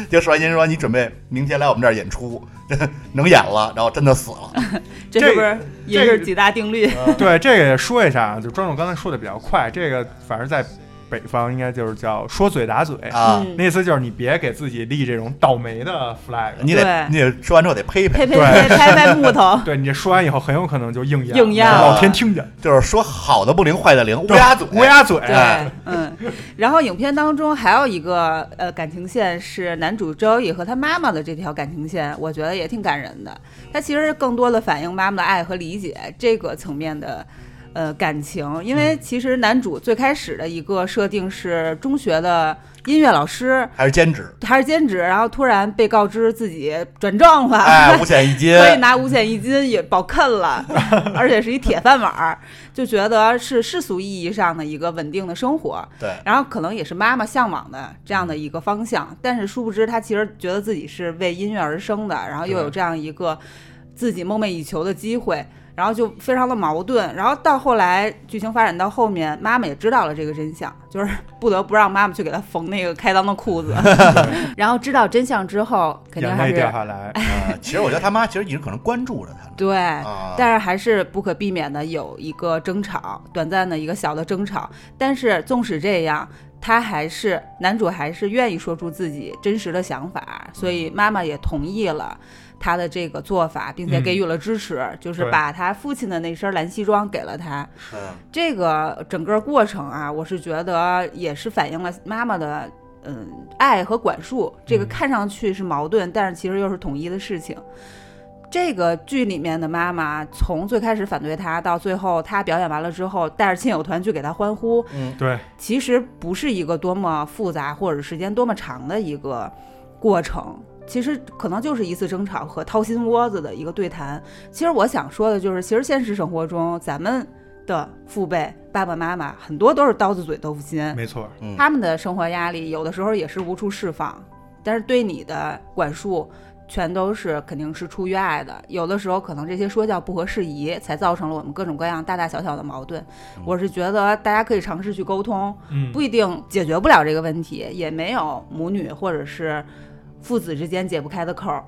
Speaker 2: 就试完音说你准备明天来我们这儿演出， 能演了，然后真的死了。
Speaker 1: 这
Speaker 4: 这
Speaker 1: 是不是也
Speaker 4: 这
Speaker 1: 是
Speaker 4: 个
Speaker 1: 几大定律？
Speaker 4: 对，这个也说一下啊，就庄主刚才说的比较快，这个反正在北方应该就是叫说嘴打嘴。
Speaker 2: 啊，
Speaker 1: 嗯
Speaker 4: 那意思就是你别给自己立这种倒霉的 flag，
Speaker 2: 你得
Speaker 1: 对
Speaker 2: 你得说完之后得呸
Speaker 1: 呸
Speaker 2: 呸，
Speaker 1: 呸呸，拍拍木头
Speaker 4: 。对你这说完以后很有可能就应验，
Speaker 1: 应验
Speaker 2: 了
Speaker 4: 老天听见，
Speaker 2: 就是说好的不灵，坏的灵，乌鸦嘴，
Speaker 4: 乌鸦嘴，啊
Speaker 1: 对，嗯，然后影片当中还有一个呃感情线是男主周易和他妈妈的这条感情线，我觉得也挺感人的。他其实更多的反映妈妈的爱和理解这个层面的呃感情，因为其实男主最开始的一个设定是中学的音乐老师，
Speaker 2: 还是兼职，
Speaker 1: 还是兼职，然后突然被告知自己转正了，
Speaker 2: 哎，五险一金，
Speaker 1: 所以拿五险一金也保坑 了，而且是一铁饭碗儿，就觉得是世俗意义上的一个稳定的生活，
Speaker 2: 对，
Speaker 1: 然后可能也是妈妈向往的这样的一个方向。但是殊不知，他其实觉得自己是为音乐而生的，然后又有这样一个自己梦寐以求的机会，然后就非常的矛盾。然后到后来，剧情发展到后面，妈妈也知道了这个真相，就是不得不让妈妈去给他缝那个开裆的裤 子。 然后知道真相之后，肯定
Speaker 4: 眼
Speaker 1: 还
Speaker 4: 泪
Speaker 1: 是哎
Speaker 4: 掉下来，
Speaker 2: 呃其实我觉得他妈其实一直可能关注着他呢，
Speaker 1: 对。
Speaker 2: 啊，
Speaker 1: 但是还是不可避免的有一个争吵，短暂的一个小的争吵。但是纵使这样，他还是男主还是愿意说出自己真实的想法，所以
Speaker 4: 嗯
Speaker 1: 妈妈也同意了他的这个做法，并且
Speaker 4: 嗯
Speaker 1: 给予了支持，就是
Speaker 4: 对
Speaker 1: 把他父亲的那身蓝西装给了他。
Speaker 2: 嗯
Speaker 1: 这个整个过程啊，我是觉得也是反映了妈妈的。嗯，爱和管束这个
Speaker 4: 嗯
Speaker 1: 看上去是矛盾，但是其实又是统一的事情。这个剧里面的妈妈从最开始反对他，到最后他表演完了之后，带着亲友团去给他欢呼，
Speaker 2: 嗯，
Speaker 4: 对，
Speaker 1: 其实不是一个多么复杂或者时间多么长的一个过程。其实可能就是一次争吵和掏心窝子的一个对谈。其实我想说的就是，其实现实生活中咱们的父辈、爸爸妈妈很多都是刀子嘴豆腐心，
Speaker 4: 没错，
Speaker 2: 嗯
Speaker 1: 他们的生活压力有的时候也是无处释放，但是对你的管束全都是肯定是出于爱的。有的时候可能这些说教不合时宜，才造成了我们各种各样大大小小的矛盾。我是觉得大家可以尝试去沟通，
Speaker 4: 嗯
Speaker 1: 不，一定解决不了这个问题，也没有母女或者是父子之间解不开的扣儿。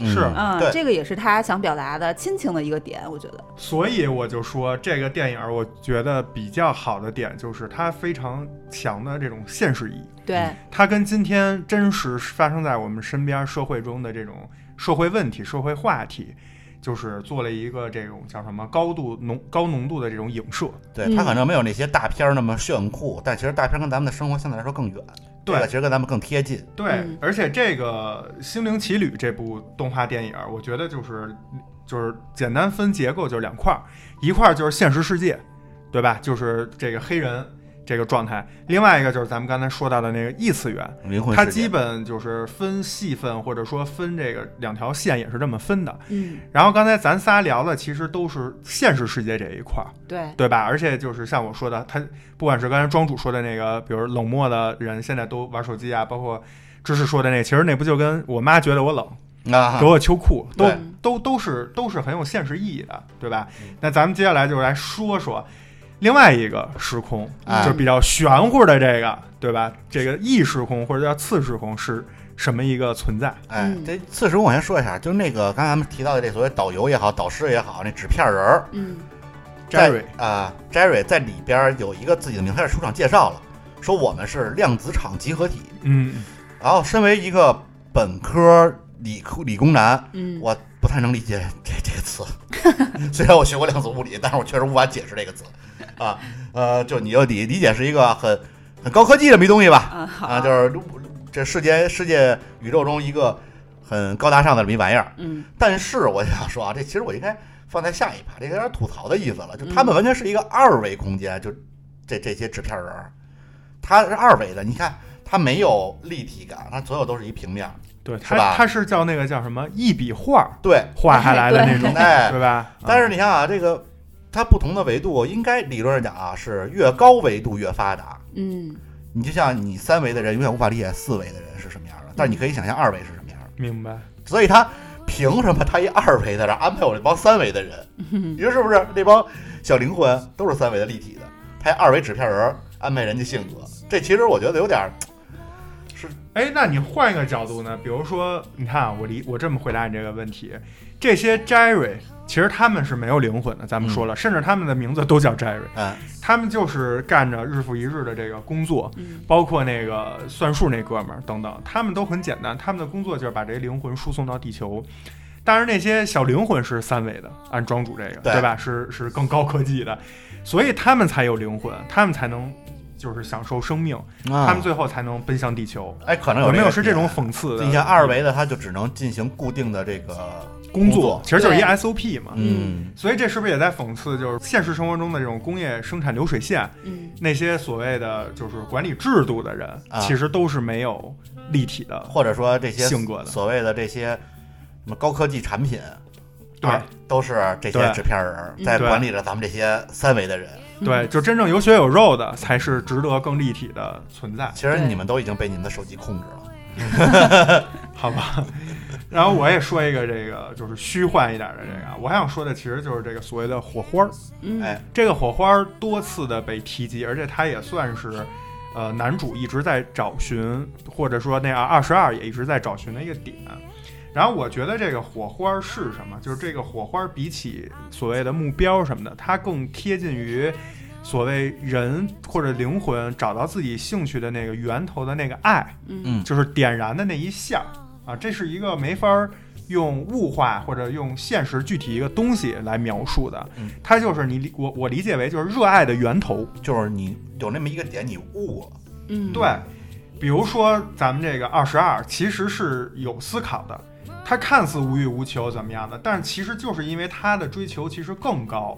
Speaker 4: 是
Speaker 1: 嗯，
Speaker 2: 对，
Speaker 1: 这个也是他想表达的亲情的一个点，我觉得。
Speaker 4: 所以我就说这个电影儿，我觉得比较好的点就是它非常强的这种现实意义，
Speaker 1: 对，
Speaker 4: 它跟今天真实发生在我们身边社会中的这种社会问题、社会话题，就是做了一个这种叫什么高度浓高浓度的这种影射。
Speaker 2: 对
Speaker 1: 嗯
Speaker 2: 他可能没有那些大片儿那么炫酷，但其实大片儿跟咱们的生活相对来说更远，
Speaker 4: 对
Speaker 2: 这个其实跟咱们更贴近。
Speaker 4: 对，
Speaker 1: 嗯
Speaker 4: 而且这个《心灵奇旅》这部动画电影儿，我觉得就是就是简单分结构就是两块儿，一块儿就是现实世界，对吧？就是这个黑人这个状态，另外一个就是咱们刚才说到的那个异次元，
Speaker 2: 灵魂
Speaker 4: 它
Speaker 2: 世界
Speaker 4: 基本就是分细分或者说分这个两条线也是这么分的。
Speaker 1: 嗯，
Speaker 4: 然后刚才咱仨聊的其实都是现实世界这一块儿，
Speaker 1: 对，
Speaker 4: 对吧？而且就是像我说的，他不管是刚才庄主说的那个，比如冷漠的人现在都玩手机啊，包括知识说的那个，其实那不就跟我妈觉得我冷，
Speaker 2: 啊
Speaker 4: 给，我秋裤，都
Speaker 2: 对嗯
Speaker 4: 都都是都是很有现实意义的，对吧？那咱们接下来就来说说另外一个时空，
Speaker 2: 哎
Speaker 4: 就比较玄乎的这个，对吧？这个异时空或者叫次时空是什么一个存在？
Speaker 2: 哎
Speaker 1: 嗯，
Speaker 2: 这四十我先说一下，就是那个刚才咱们提到的这所谓导游也好，导师也好，那纸片人儿
Speaker 1: 嗯
Speaker 2: 在
Speaker 4: Jerry
Speaker 2: 啊、Jerry 在里边儿有一个自己的名片儿出场介绍了，说我们是量子场集合体。
Speaker 4: 嗯，
Speaker 2: 然后身为一个本科理科理工男，
Speaker 1: 嗯，
Speaker 2: 我不太能理解这这个词。虽然我学过量子物理，但是我确实无法解释这个词啊。呃，就你就理理解是一个很很高科技这么一东西吧，
Speaker 1: 啊好
Speaker 2: 啊，就是这世界世界宇宙中一个很高大上的这么一玩意儿。
Speaker 1: 嗯
Speaker 2: 但是我想说啊，这其实我应该放在下一趴，这有点吐槽的意思了。就
Speaker 1: 嗯
Speaker 2: 他们完全是一个二维空间，就这这些纸片人儿，它是二维的。你看，它没有立体感，它所有都是一平面儿。
Speaker 4: 对，
Speaker 2: 是吧
Speaker 4: 它它是叫那个叫什么一笔画
Speaker 2: 对，
Speaker 4: 画下来的那种，
Speaker 2: 哎，
Speaker 4: 对吧？
Speaker 2: 但是你看啊，这个它不同的维度，应该理论上讲啊，是越高维度越发达。
Speaker 1: 嗯
Speaker 2: 你就像你三维的人永远无法理解四维的人是什么样的，但是你可以想象二维是什么样的。
Speaker 4: 明白，
Speaker 2: 所以他凭什么他一二维在这儿安排我这帮三维的人？你说是不是？这帮小灵魂都是三维的立体的，他一二维纸片人儿安排人家性格，这其实我觉得有点儿
Speaker 4: 哎，那你换一个角度呢？比如说，你看啊，我理我这么回答你这个问题，这些 Jerry 其实他们是没有灵魂的，咱们说了，甚至他们的名字都叫 Jerry，
Speaker 2: 嗯
Speaker 4: 他们就是干着日复一日的这个工作，
Speaker 1: 嗯
Speaker 4: 包括那个算术那哥们儿等等，他们都很简单，他们的工作就是把这些灵魂输送到地球。当然，那些小灵魂是三维的，按庄主这个
Speaker 2: 对
Speaker 4: 吧？是是更高科技的，所以他们才有灵魂，他们才能就是享受生命，
Speaker 2: 啊
Speaker 4: 他们最后才能奔向地球。
Speaker 2: 哎可能
Speaker 4: 有没有
Speaker 2: 个
Speaker 4: 是这种
Speaker 2: 点
Speaker 4: 讽刺的？
Speaker 2: 你像二维的，他就只能进行固定的这个
Speaker 4: 工
Speaker 2: 作，
Speaker 4: 其实就是一
Speaker 1: 对
Speaker 4: SOP 嘛。
Speaker 2: 嗯，
Speaker 4: 所以这是不是也在讽刺，就是现实生活中的这种工业生产流水线，
Speaker 1: 嗯
Speaker 4: 那些所谓的就是管理制度的人，
Speaker 2: 啊
Speaker 4: 其实都是没有立体的。
Speaker 2: 或者说这些
Speaker 4: 性格的
Speaker 2: 所谓的这些什么高科技产品，
Speaker 4: 对、
Speaker 2: 啊都是这些
Speaker 4: 对
Speaker 2: 纸片人儿
Speaker 1: 嗯
Speaker 2: 在
Speaker 4: 对
Speaker 2: 管理着咱们这些三维的人。
Speaker 4: 对，就真正有血有肉的，才是值得更立体的存在，
Speaker 2: 其实
Speaker 1: 对
Speaker 2: 你们都已经被你们的手机控制了。
Speaker 4: 好吧？ 然后我也说一个这个就是虚幻一点的这个，啊我还想说的其实就是这个所谓的火花儿。
Speaker 1: 嗯
Speaker 2: 哎，
Speaker 4: 这个火花多次的被提及，而且它也算是，呃，男主一直在找寻，或者说那二十二也一直在找寻的一个点。然后我觉得这个火花是什么？就是这个火花比起所谓的目标什么的，它更贴近于所谓人或者灵魂找到自己兴趣的那个源头的那个爱，
Speaker 2: 嗯
Speaker 4: 就是点燃的那一下啊，这是一个没法儿用物化或者用现实具体一个东西来描述的，
Speaker 2: 嗯
Speaker 4: 它就是你理我我理解为就是热爱的源头。
Speaker 2: 就是你有那么一个点，你悟了。
Speaker 1: 嗯
Speaker 4: 对，比如说咱们这个二十二其实是有思考的，它看似无欲无求怎么样的，但是其实就是因为它的追求其实更高。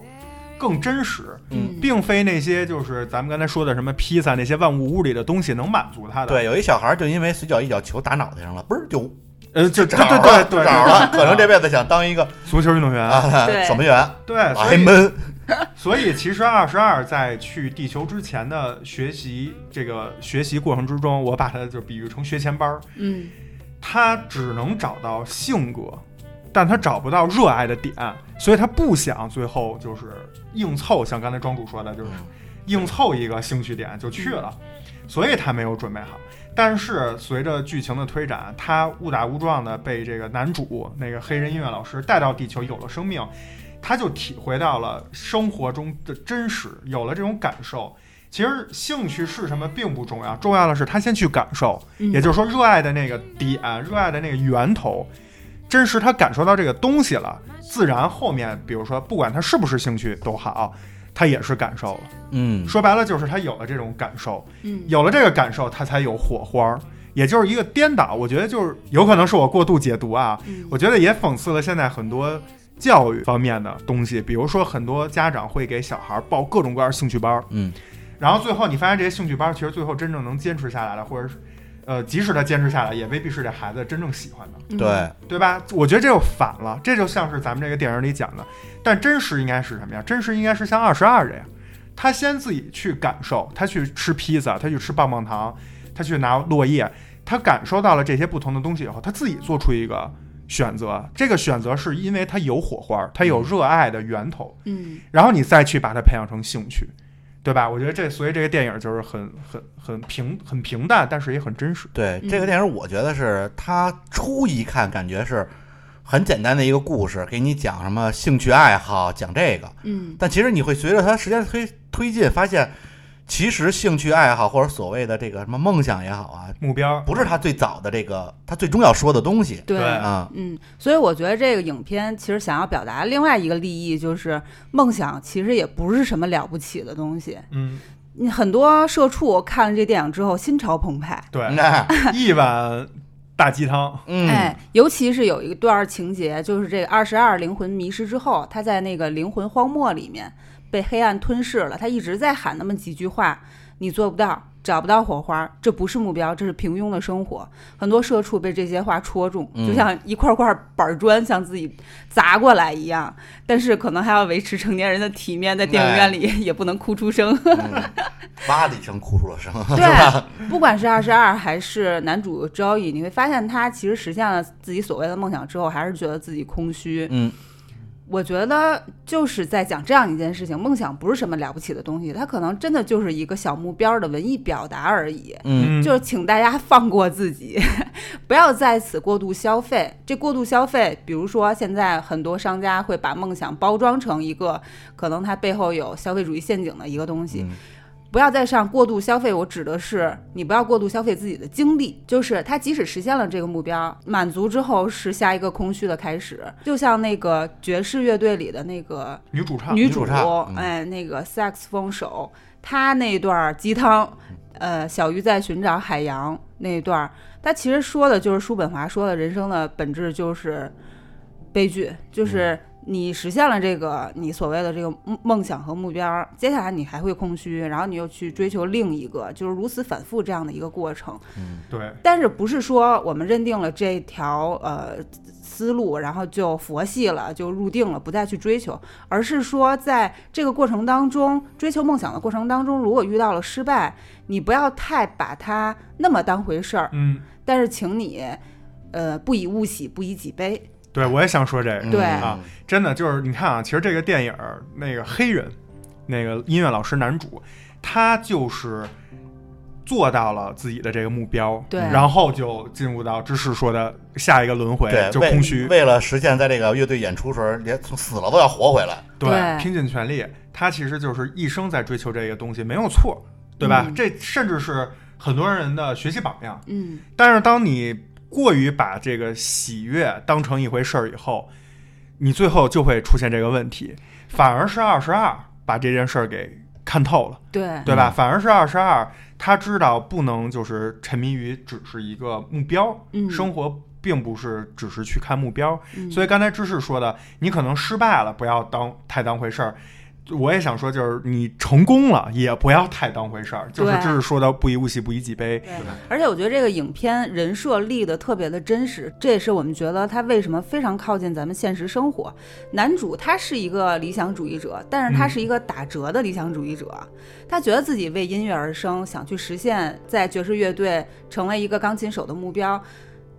Speaker 4: 更真实，
Speaker 2: 嗯
Speaker 4: 并非那些就是咱们刚才说的什么披萨那些万物屋里的东西能满足他的。
Speaker 2: 对，有一小孩就因为随脚一脚球打脑袋上了，嘣儿就
Speaker 4: 呃，就对
Speaker 2: 着
Speaker 4: 对
Speaker 2: 了
Speaker 4: 对对，
Speaker 2: 着了。可能这
Speaker 4: 边
Speaker 2: 辈子想当一个
Speaker 4: 足球运动员，
Speaker 2: 啊
Speaker 1: 对
Speaker 2: 守门员，啊
Speaker 4: 对，所
Speaker 2: 还
Speaker 4: 以
Speaker 2: 闷。
Speaker 4: 所以其实二十二在去地球之前的学习这个学习过程之中，我把它就比喻成学前班儿，
Speaker 1: 嗯
Speaker 4: 他只能找到性格，但他找不到热爱的点，所以他不想最后就是硬凑，像刚才庄主说的，就是硬凑一个兴趣点就去了，所以他没有准备好。但是随着剧情的推展，他误打误撞的被这个男主那个黑人音乐老师带到地球，有了生命，他就体会到了生活中的真实，有了这种感受。其实兴趣是什么并不重要，重要的是他先去感受，
Speaker 1: 嗯
Speaker 4: 也就是说热爱的那个点，热爱的那个源头，真实他感受到这个东西了，自然后面比如说不管他是不是兴趣都好，他也是感受了。
Speaker 2: 嗯，
Speaker 4: 说白了就是他有了这种感受，
Speaker 1: 嗯
Speaker 4: 有了这个感受，他才有火花儿，也就是一个颠倒。我觉得就是有可能是我过度解读啊，
Speaker 1: 嗯
Speaker 4: 我觉得也讽刺了现在很多教育方面的东西，比如说很多家长会给小孩儿报各种各样的兴趣班儿，
Speaker 2: 嗯，
Speaker 4: 然后最后你发现这些兴趣班儿其实最后真正能坚持下来的，或者是呃，即使他坚持下来，也未必是这孩子真正喜欢的。
Speaker 1: 嗯
Speaker 2: 对，
Speaker 4: 对吧？我觉得这就反了，这就像是咱们这个电影里讲的，但真实应该是什么呀？真实应该是像二十二这样，他先自己去感受，他去吃披萨，他去吃棒棒糖，他去拿落叶，他感受到了这些不同的东西以后，他自己做出一个选择，这个选择是因为他有火花，他有热爱的源头，
Speaker 1: 嗯
Speaker 4: 然后你再去把它培养成兴趣。对吧？我觉得这所以这个电影就是很很很平很平淡，但是也很真实。
Speaker 2: 对
Speaker 1: 嗯
Speaker 2: 这个电影，我觉得是它初一看感觉是很简单的一个故事，给你讲什么兴趣爱好，讲这个。
Speaker 1: 嗯
Speaker 2: 但其实你会随着它时间推推进，发现其实兴趣爱好或者所谓的这个什么梦想也好啊，
Speaker 4: 目标
Speaker 2: 不是他最早的这个他最终要说的东西
Speaker 1: 对
Speaker 4: 对
Speaker 2: 啊。
Speaker 1: 嗯，所以我觉得这个影片其实想要表达另外一个利益，就是梦想其实也不是什么了不起的东西。
Speaker 4: 嗯，
Speaker 1: 你很多社畜看了这电影之后心潮澎湃，
Speaker 4: 对，
Speaker 2: 那
Speaker 4: 一碗大鸡汤，
Speaker 2: 哎 嗯
Speaker 1: 哎，尤其是有一段儿情节，就是这个二十二灵魂迷失之后，他在那个灵魂荒漠里面被黑暗吞噬了，他一直在喊那么几句话：“你做不到，找不到火花，这不是目标，这是平庸的生活。”很多社畜被这些话戳中，
Speaker 2: 嗯
Speaker 1: 就像一块块板砖向自己砸过来一样。但是可能还要维持成年人的体面，在电影院
Speaker 2: 哎
Speaker 1: 里也不能哭出声。
Speaker 2: 嗯，哇的一声哭出了声，
Speaker 1: 对，不管是二十二还是男主 Joey，你会发现他其实实现了自己所谓的梦想之后，还是觉得自己空虚。
Speaker 2: 嗯，
Speaker 1: 我觉得就是在讲这样一件事情，梦想不是什么了不起的东西，它可能真的就是一个小目标的文艺表达而已。
Speaker 2: 嗯
Speaker 1: 就是请大家放过自己， 不要在此过度消费。这过度消费，比如说现在很多商家会把梦想包装成一个可能它背后有消费主义陷阱的一个东西。
Speaker 2: 嗯
Speaker 1: 不要再上过度消费，我指的是你不要过度消费自己的精力，就是他即使实现了这个目标，满足之后是下一个空虚的开始，就像那个爵士乐队里的那个
Speaker 4: 女主唱，
Speaker 1: 女
Speaker 2: 女主
Speaker 1: 主
Speaker 2: 唱嗯
Speaker 1: 哎，那个萨克斯风手，她那段儿鸡汤，
Speaker 2: 嗯
Speaker 1: 呃，小鱼在寻找海洋那一段儿，她其实说的就是叔本华说的，人生的本质就是悲剧，就是
Speaker 2: 嗯
Speaker 1: 你实现了这个你所谓的这个梦梦想和目标，接下来你还会空虚，然后你又去追求另一个，就是如此反复这样的一个过程。
Speaker 4: 对，
Speaker 1: 但是不是说我们认定了这条呃思路，然后就佛系了，就入定了，不再去追求，而是说在这个过程当中，追求梦想的过程当中，如果遇到了失败，你不要太把它那么当回事儿，
Speaker 4: 嗯，
Speaker 1: 但是请你。呃，不以物喜，不以己悲。
Speaker 4: 对，我也想说这个，
Speaker 2: 嗯
Speaker 1: 对
Speaker 4: 啊，真的就是你看啊，其实这个电影儿那个黑人那个音乐老师男主，他就是做到了自己的这个目标，
Speaker 1: 对
Speaker 4: 然后就进入到芝士说的下一个轮回，
Speaker 2: 对，
Speaker 4: 就
Speaker 2: 为
Speaker 4: 空虚，
Speaker 2: 为了实现在这个乐队演出时候，连从死了都要活回来。
Speaker 4: 对，
Speaker 1: 对
Speaker 4: 拼尽全力，他其实就是一生在追求这个东西，没有错，对吧？
Speaker 1: 嗯
Speaker 4: 这甚至是很多人的学习榜样。
Speaker 1: 嗯，
Speaker 4: 但是当你过于把这个喜悦当成一回事儿以后，你最后就会出现这个问题，反而是二十二把这件事儿给看透了，
Speaker 1: 对，
Speaker 4: 对吧？
Speaker 2: 嗯
Speaker 4: 反而是二十二，他知道不能就是沉迷于只是一个目标，
Speaker 1: 嗯
Speaker 4: 生活并不是只是去看目标，
Speaker 1: 嗯
Speaker 4: 所以刚才芝士说的，你可能失败了，不要当太当回事儿。我也想说，就是你成功了，也不要太当回事儿。就是
Speaker 1: 对
Speaker 4: 芝士说的“不以物喜，不以己悲
Speaker 1: 对，而且我觉得这个影片人设立的特别的真实，这也是我们觉得他为什么非常靠近咱们现实生活。男主他是一个理想主义者，但是他
Speaker 4: 嗯
Speaker 1: 是一个打折的理想主义者，嗯他觉得自己为音乐而生，想去实现在爵士乐队成为一个钢琴手的目标，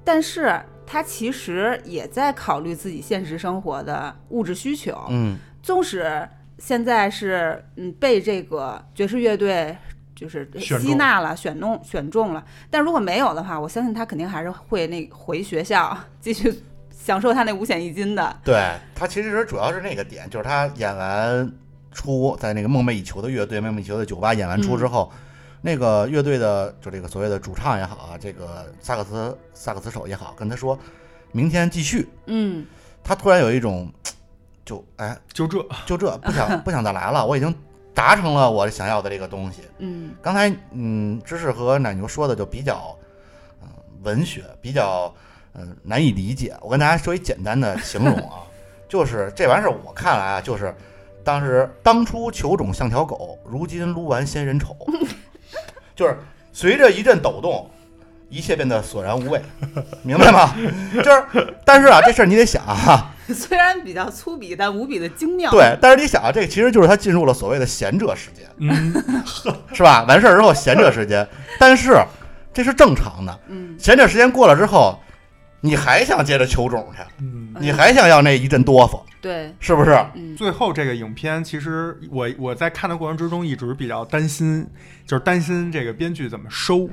Speaker 1: 但是他其实也在考虑自己现实生活的物质需求。
Speaker 2: 嗯
Speaker 1: 纵使现在是嗯被这个爵士乐队就是
Speaker 4: 选中
Speaker 1: 吸纳了、选弄、选中了，但如果没有的话，我相信他肯定还是会那回学校继续享受他那五险一金的。
Speaker 2: 对他其实主要是那个点，就是他演完出在那个梦寐以求的乐队、梦寐以求的酒吧演完
Speaker 1: 嗯
Speaker 2: 出之后，那个乐队的就这个所谓的主唱也好啊，这个萨克斯萨克斯手也好，跟他说明天继续，
Speaker 1: 嗯，
Speaker 2: 他突然有一种就哎”，
Speaker 4: 就这。
Speaker 2: 就这不想不想再来了，我已经达成了我想要的这个东西。
Speaker 1: 嗯，
Speaker 2: 刚才嗯，知识和奶牛说的就比较嗯、文学，比较嗯、难以理解。我跟大家说一简单的形容啊，就是这玩意儿我看来啊，就是当时当初球种像条狗，如今撸完先人丑，就是随着一阵抖动。一切变得索然无味，明白吗？就是，但是啊，这事儿你得想啊，
Speaker 1: 虽然比较粗鄙，但无比的精妙。
Speaker 2: 对，但是你想啊，这个其实就是他进入了所谓的贤者时间，
Speaker 4: 嗯，
Speaker 2: 是吧？完事儿之后贤者时间，但是这是正常的。
Speaker 1: 嗯，
Speaker 2: 贤者时间过了之后，你还想接着求种去，
Speaker 4: 嗯，
Speaker 2: 你还想要那一阵哆嗦，
Speaker 1: 对，
Speaker 2: 是不是？
Speaker 1: 嗯
Speaker 4: 最后这个影片，其实我我在看的过程之中一直比较担心，就是担心这个编剧怎么收。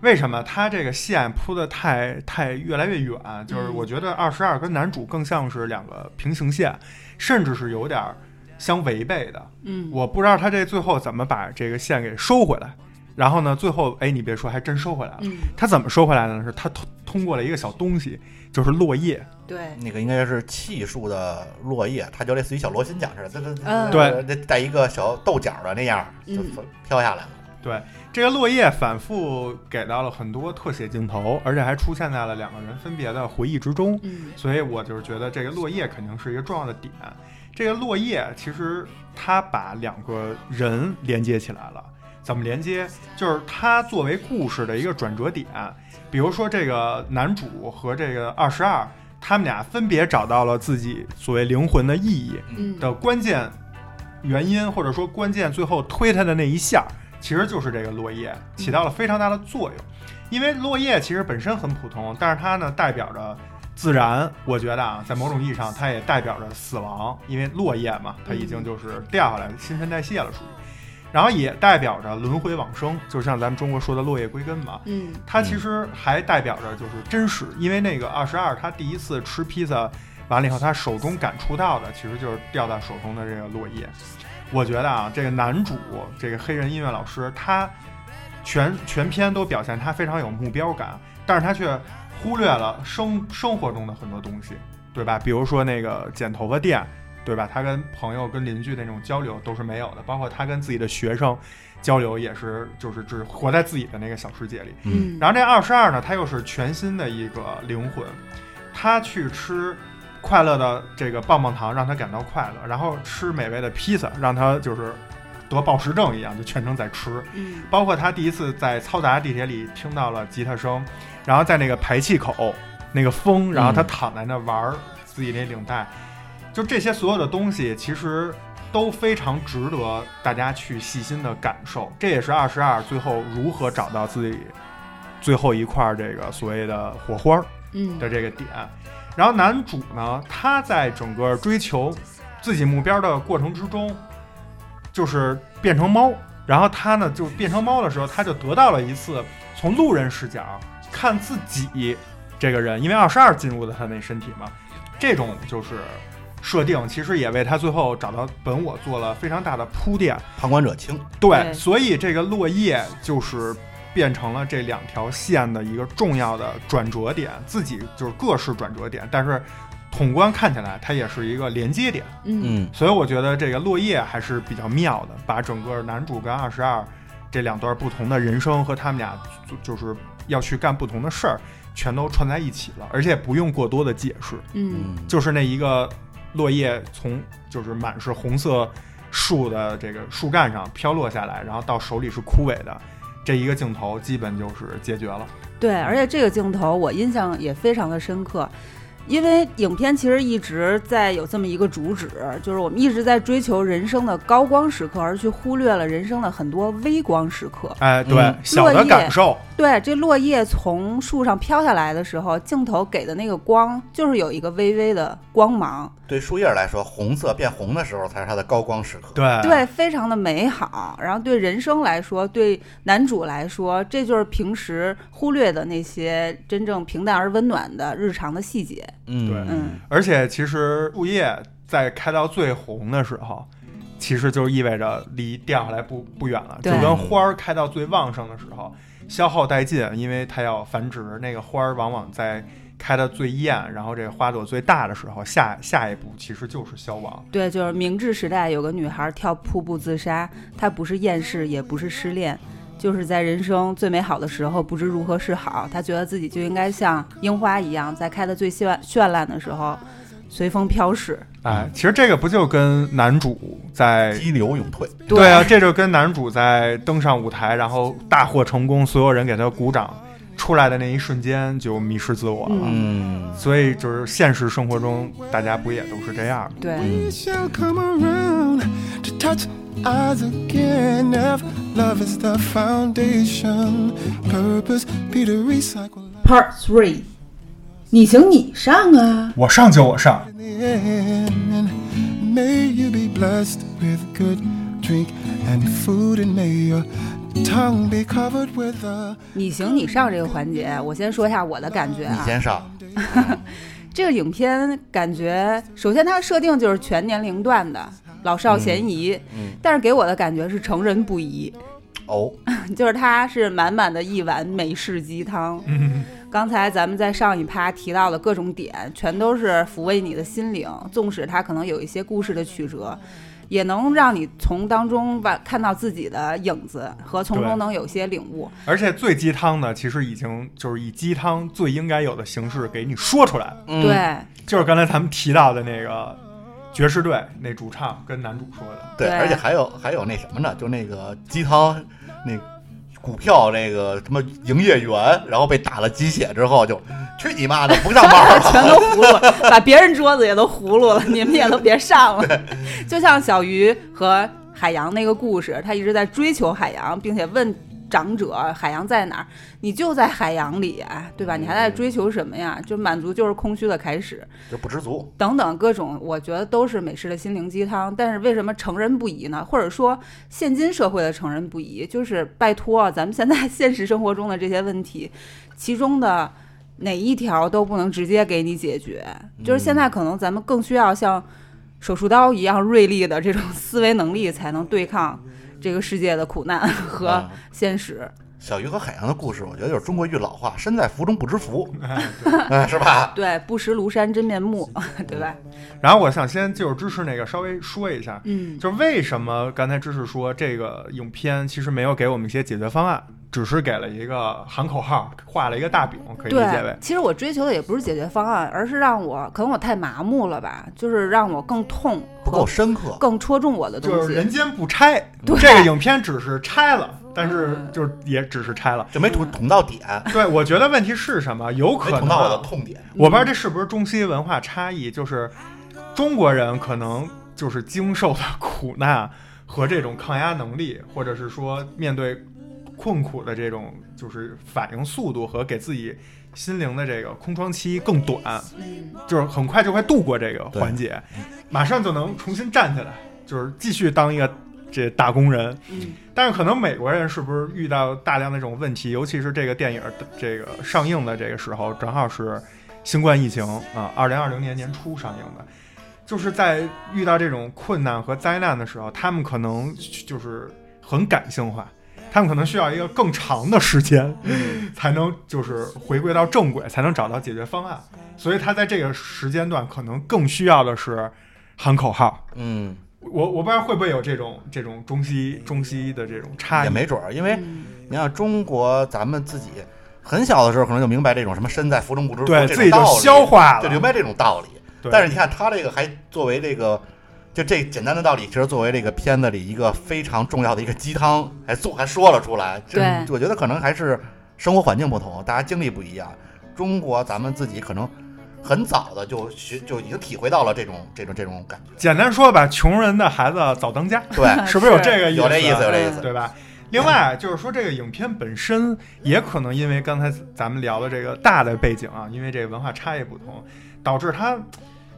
Speaker 4: 为什么他这个线铺的太太越来越远？就是
Speaker 1: 嗯
Speaker 4: 我觉得二十二跟男主更像是两个平行线，甚至是有点儿相违背的。
Speaker 1: 嗯
Speaker 4: 我不知道他这最后怎么把这个线给收回来。然后呢，最后哎，你别说，还真收回来了。
Speaker 1: 嗯，
Speaker 4: 他怎么收回来的呢？是他通通过了一个小东西，就是落叶。
Speaker 1: 对，
Speaker 2: 那个应该是气数的落叶，它就类似于小螺旋桨似的，这这
Speaker 1: 嗯
Speaker 2: 这这带一个小豆角的那样，就
Speaker 1: 嗯
Speaker 2: 飘下来了。
Speaker 4: 这个落叶反复给到了很多特写镜头，而且还出现在了两个人分别的回忆之中，
Speaker 1: 嗯
Speaker 4: 所以我就是觉得这个落叶肯定是一个重要的点。这个落叶其实它把两个人连接起来了，怎么连接？就是它作为故事的一个转折点，比如说这个男主和这个二十二，他们俩分别找到了自己所谓灵魂的意义，
Speaker 1: 嗯，
Speaker 4: 的关键原因，或者说关键最后推它的那一下，其实就是这个落叶起到了非常大的作用。因为落叶其实本身很普通，但是它呢代表着自然，我觉得啊，在某种意义上它也代表着死亡，因为落叶嘛，它已经就是掉下来，新陈代谢了属于。然后也代表着轮回往生，就像咱们中国说的落叶归根嘛。
Speaker 1: 嗯
Speaker 4: 它其实还代表着就是真实，因为那个二十二他第一次吃披萨完了以后，他手中感触到的其实就是掉到手中的这个落叶。我觉得啊，这个男主这个黑人音乐老师，他全全篇都表现他非常有目标感，但是他却忽略了生生活中的很多东西，对吧？比如说那个剪头发店，对吧？他跟朋友、跟邻居那种交流都是没有的，包括他跟自己的学生交流也是，就是只活在自己的那个小世界里。
Speaker 1: 嗯，
Speaker 4: 然后这二十二呢，他又是全新的一个灵魂，他去吃快乐的这个棒棒糖，让他感到快乐，然后吃美味的披萨，让他就是得暴食症一样，就全程在吃。
Speaker 1: 嗯
Speaker 4: 包括他第一次在嘈杂地铁里听到了吉他声，然后在那个排气口那个风，然后他躺在那玩儿自己那领带，就这些所有的东西，其实都非常值得大家去细心的感受。这也是二十二最后如何找到自己最后一块儿这个所谓的火花儿
Speaker 1: 嗯
Speaker 4: 的这个点。啊然后男主呢，他在整个追求自己目标的过程之中，就是变成猫。然后他呢，就变成猫的时候，他就得到了一次从路人视角看自己这个人，因为二十二进入了他那身体嘛，这种就是设定，其实也为他最后找到本我做了非常大的铺垫。
Speaker 2: 旁观者清，
Speaker 4: 对，
Speaker 1: 对
Speaker 4: 所以这个落叶就是变成了这两条线的一个重要的转折点，自己就是各是转折点，但是统观看起来它也是一个连接点，
Speaker 1: 嗯
Speaker 2: 嗯，
Speaker 4: 所以我觉得这个落叶还是比较妙的，把整个男主跟二十二这两段不同的人生和他们俩就就是要去干不同的事儿，全都串在一起了，而且不用过多的解释。
Speaker 1: 嗯
Speaker 4: 就是那一个落叶从就是满是红色树的这个树干上飘落下来，然后到手里是枯萎的，这一个镜头基本就是解决了。
Speaker 1: 对，而且这个镜头我印象也非常的深刻，因为影片其实一直在有这么一个主旨，就是我们一直在追求人生的高光时刻，而去忽略了人生的很多微光时刻。
Speaker 4: 哎，对，
Speaker 2: 嗯
Speaker 4: 小的感受，
Speaker 1: 对，这落叶从树上飘下来的时候，镜头给的那个光就是有一个微微的光芒，
Speaker 2: 对树叶来说，红色变红的时候才是它的高光时刻。
Speaker 4: 对
Speaker 1: 对，非常的美好。然后对人生来说，对男主来说，这就是平时忽略的那些真正平淡而温暖的日常的细节。
Speaker 2: 嗯
Speaker 4: 对
Speaker 1: 嗯，
Speaker 4: 而且其实树叶在开到最红的时候。其实就意味着离掉下来不不远了，就
Speaker 1: 对
Speaker 4: 跟花儿开到最旺盛的时候，消耗殆尽，因为它要繁殖。那个花儿往往在开的最艳，然后这个花朵最大的时候，下下一步其实就是消亡。
Speaker 1: 对，就是明治时代有个女孩跳瀑布自杀，她不是厌世，也不是失恋，就是在人生最美好的时候不知如何是好。她觉得自己就应该像樱花一样，在开的最绚绚烂的时候随风飘逝。
Speaker 4: 哎，其实这个不就跟男主在
Speaker 2: 激流勇退，
Speaker 4: 对啊，这就跟男主在登上舞台，然后大获成功，所有人给他鼓掌，出来的那一瞬间就迷失自我了。
Speaker 1: 嗯
Speaker 2: 嗯，
Speaker 4: 所以就是现实生活中，大家不也都是这样吗？
Speaker 1: 对，
Speaker 3: We shall come around to touch eyes again. If love is the foundation, purpose be to recycle. life.
Speaker 1: Part Three，你行你上啊！
Speaker 4: 我上就我上，
Speaker 3: in the end. May you be blessed with good drink and food, and may your tongue be covered with a
Speaker 1: 你行你上这个环节，我先说一下我的感觉
Speaker 2: 你
Speaker 1: 啊。
Speaker 2: 先上，
Speaker 1: 这个影片感觉，首先它设定就是全年龄段的，老少咸宜，
Speaker 2: 嗯，
Speaker 1: 但是给我的感觉是成人不宜，
Speaker 2: 哦，
Speaker 1: 就是它是满满的一碗美式鸡汤。
Speaker 4: 嗯，
Speaker 1: 刚才咱们在上一趴提到的各种点，全都是抚慰你的心灵，纵使它可能有一些故事的曲折，也能让你从当中吧看到自己的影子，和从
Speaker 4: 对
Speaker 1: 中能有些领悟。
Speaker 4: 而且最鸡汤的，其实已经就是以鸡汤最应该有的形式给你说出来了，
Speaker 2: 嗯
Speaker 1: 对，，
Speaker 4: 就是刚才咱们提到的那个爵士队那主唱跟男主说的，
Speaker 2: 对，
Speaker 1: 对
Speaker 2: 而且还有还有那什么呢？就那个鸡汤，那股票那个什么营业员，然后被打了鸡血之后就去你妈的，不上班 了。
Speaker 1: 全都葫芦，把别人桌子也都葫芦了，你们也都别上了。就像小鱼和海洋那个故事，他一直在追求海洋，并且问长者海洋在哪儿，你就在海洋里啊，对吧？你还在追求什么呀？就满足就是空虚的开始，
Speaker 2: 就不知足，
Speaker 1: 等等各种，我觉得都是美式的心灵鸡汤。但是为什么成人不宜呢？或者说现今社会的成人不宜，就是拜托啊咱们现在 现实生活中的这些问题，其中的哪一条都不能直接给你解决。就是现在可能咱们更需要像手术刀一样锐利的这种 思维能力，才能对抗这个世界的苦难和
Speaker 2: 啊
Speaker 1: 现实。
Speaker 2: 小鱼和海洋的故事，我觉得就是中国一句老话：身在福中不知福，
Speaker 4: 哎，对。
Speaker 2: 哎，是吧？
Speaker 1: 对，不识庐山真面目， 对吧？
Speaker 4: 然后我想先就是支持那个稍微说一下，
Speaker 1: 嗯，
Speaker 4: 就是为什么刚才知识说这个影片其实没有给我们一些解决方案，只是给了一个喊口号，画了一个大饼，可以理解
Speaker 1: 对
Speaker 4: 为，。
Speaker 1: 其实我追求的也不是解决方案，而是让我可能我太麻木了吧，就是让我更痛
Speaker 2: 不
Speaker 1: 和
Speaker 2: 够深刻。
Speaker 1: 更戳中我的东
Speaker 4: 就是人
Speaker 1: 西。
Speaker 4: 间不拆，
Speaker 1: 对嗯
Speaker 4: 这个影片只是拆了，但是就是也只是拆了。
Speaker 2: 就没捅捅到点，
Speaker 4: 对，我觉得问题是什么？有
Speaker 2: 没
Speaker 4: 可
Speaker 2: 捅
Speaker 4: 能
Speaker 2: 到我
Speaker 4: 啊
Speaker 2: 的痛点。
Speaker 4: 我不知道这是不是中西文化差异，就是中国人可能就是经受的苦难和这种抗压能力，或者是说面对困苦的这种就是反应速度和给自己心灵的这个空窗期更短，
Speaker 1: 嗯
Speaker 4: 就是很快就会度过这个环节，马上就能重新站起来，就是继续当一个这打工人。
Speaker 1: 嗯，
Speaker 4: 但是可能美国人是不是遇到大量的这种问题，尤其是这个电影儿的这个上映的这个时候，正好是新冠疫情啊，二零二零年年初上映的，就是在遇到这种困难和灾难的时候，他们可能就是很感性化，他们可能需要一个更长的时间，才能就是回归到正轨，才能找到解决方案，所以他在这个时间段可能更需要的是喊口号。
Speaker 2: 嗯，
Speaker 4: 我我不知道会不会有这种这种中西中西的这种差异，
Speaker 2: 也没准儿，因为
Speaker 1: 嗯
Speaker 2: 你像中国，咱们自己很小的时候可能就明白这种什么身在福中不知福
Speaker 4: 对
Speaker 2: 这
Speaker 4: 自己
Speaker 2: 种
Speaker 4: 就
Speaker 2: 道理，
Speaker 4: 消化
Speaker 2: 就
Speaker 4: 了。
Speaker 2: 明白这种道理。
Speaker 4: 对
Speaker 2: 但是你看他这个还作为这个，就这简单的道理，其实作为这个片子里一个非常重要的一个鸡汤，还做还说了出来。这
Speaker 1: 对
Speaker 2: 我觉得可能还是生活环境不同，大家经历不一样。中国咱们自己可能很早的就学就已经体会到了这种这种这种 感觉，
Speaker 4: 简单说吧，穷人的孩子早当家，
Speaker 2: 对，
Speaker 4: 是不是有这个
Speaker 2: 有这意思，有
Speaker 4: 思，
Speaker 2: 这意思。
Speaker 4: 对吧？另外啊就是说，这个影片本身也可能因为刚才咱们聊的这个大的背景啊，因为这个文化差异不同，导致它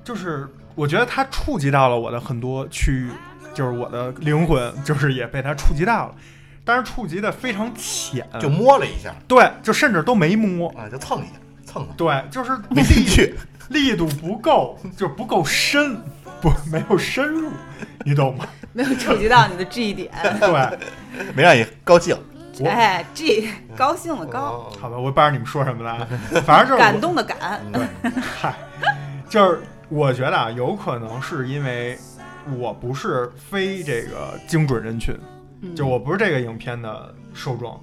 Speaker 4: 就是我觉得它触及到了我的很多区域，就是我的灵魂，就是也被它触及到了，但是触及的非常浅，
Speaker 2: 就摸了一下
Speaker 4: 对，就甚至都没摸，
Speaker 2: 啊，就蹭一下，蹭了，
Speaker 4: 对，就是
Speaker 2: 没进 去。
Speaker 4: 力度不够，就不够深，不没有深入，你懂吗？
Speaker 1: 没有触及到你的 G 点，
Speaker 4: 对，
Speaker 2: 没让你高兴。
Speaker 4: 我嗯
Speaker 1: 哎，G 高兴的高，
Speaker 2: 哦
Speaker 4: 好吧，我不知道你们说什么了啊，反正就是我
Speaker 1: 感，动的感，
Speaker 2: 嗯对，
Speaker 4: 嗨，就是我觉得啊，有可能是因为我不是非这个精准人群，
Speaker 1: 嗯
Speaker 4: 就我不是这个影片的受众。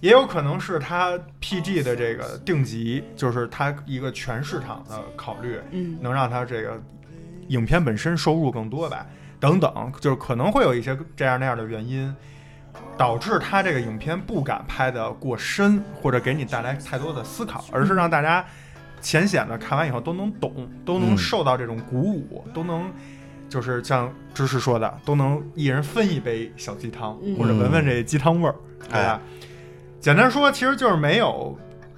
Speaker 4: 也有可能是它 PG 的这个定级，就是它一个全市场的考虑，
Speaker 1: 嗯
Speaker 4: 能让它这个影片本身收入更多吧，等等，就是可能会有一些这样那样的原因，导致它这个影片不敢拍的过深，或者给你带来太多的思考，而是让大家浅显的看完以后都能懂，都能
Speaker 2: 嗯
Speaker 4: 受到这种鼓舞，
Speaker 1: 嗯
Speaker 4: 都能就是像知识说的，都能一人分一杯小鸡汤，
Speaker 1: 嗯
Speaker 2: 哎
Speaker 4: 或者闻闻这鸡汤味儿，对吧？简单说，其实就是没有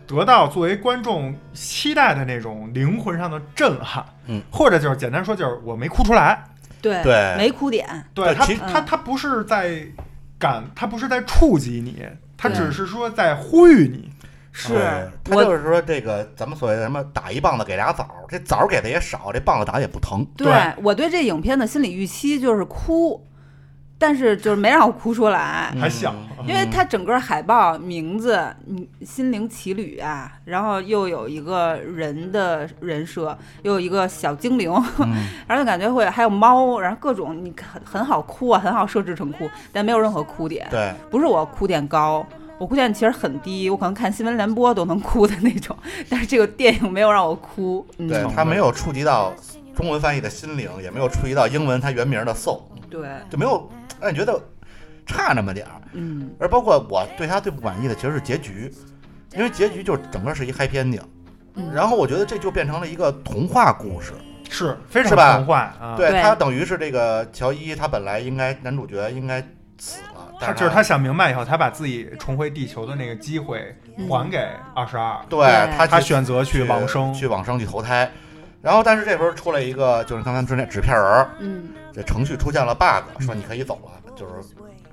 Speaker 4: 得到作为观众期待的那种灵魂上的震撼，
Speaker 2: 嗯，
Speaker 4: 或者就是简单说就是我没哭出来，
Speaker 1: 对
Speaker 2: 对
Speaker 1: 没哭点，
Speaker 4: 对
Speaker 2: 对
Speaker 4: 他
Speaker 2: 其
Speaker 4: 他他不是在感，他不是在触及你，他
Speaker 1: 对
Speaker 4: 只是说在呼吁你，
Speaker 1: 是
Speaker 4: 哎
Speaker 2: 对他
Speaker 1: 我
Speaker 2: 就是说这个咱们所谓的什么打一棒子给俩枣儿，这枣儿给的也少，这棒子打的也不疼。
Speaker 1: 对
Speaker 4: 对
Speaker 1: 我对这影片的心理预期就是哭，但是就是没让我哭出来，
Speaker 2: 嗯
Speaker 4: 还啊想
Speaker 1: 因为它整个海报名字“嗯，心灵奇旅”啊，然后又有一个人的人设，又有一个小精灵，
Speaker 2: 嗯
Speaker 1: 然后就感觉会还有猫，然后各种你很很好哭啊，很好设置成哭，但没有任何哭点。
Speaker 2: 对，
Speaker 1: 不是我哭点高，我哭点其实很低，我可能看新闻联播都能哭的那种，但是这个电影没有让我哭。嗯，
Speaker 2: 对，他没有触及到中文翻译的心灵，也没有触及到英文它原名的 soul，
Speaker 1: 对，
Speaker 2: 就没有让你觉得差那么点儿。
Speaker 1: 嗯，
Speaker 2: 而包括我对他最不满意的其实是结局，因为结局就整个是一 happy ending，
Speaker 1: 嗯
Speaker 2: 然后我觉得这就变成了一个童话故事。
Speaker 4: 是非常
Speaker 2: 是吧
Speaker 4: 童话啊，
Speaker 2: 对
Speaker 1: 对
Speaker 2: 他等于是这个乔伊，他本来应该男主角应该死了，但
Speaker 4: 他
Speaker 2: 是
Speaker 4: 就是他想明白以后，他把自己重回地球的那个机会
Speaker 1: 嗯
Speaker 4: 还给二十二，
Speaker 2: 对
Speaker 1: 对
Speaker 2: 他
Speaker 4: 他
Speaker 2: 去
Speaker 4: 选择去往生，
Speaker 2: 去往生去投胎。然后，但是这时候出来一个，就是刚才说那纸片人儿，
Speaker 1: 嗯，
Speaker 2: 这程序出现了
Speaker 4: 嗯
Speaker 2: bug，说你可以走了，就是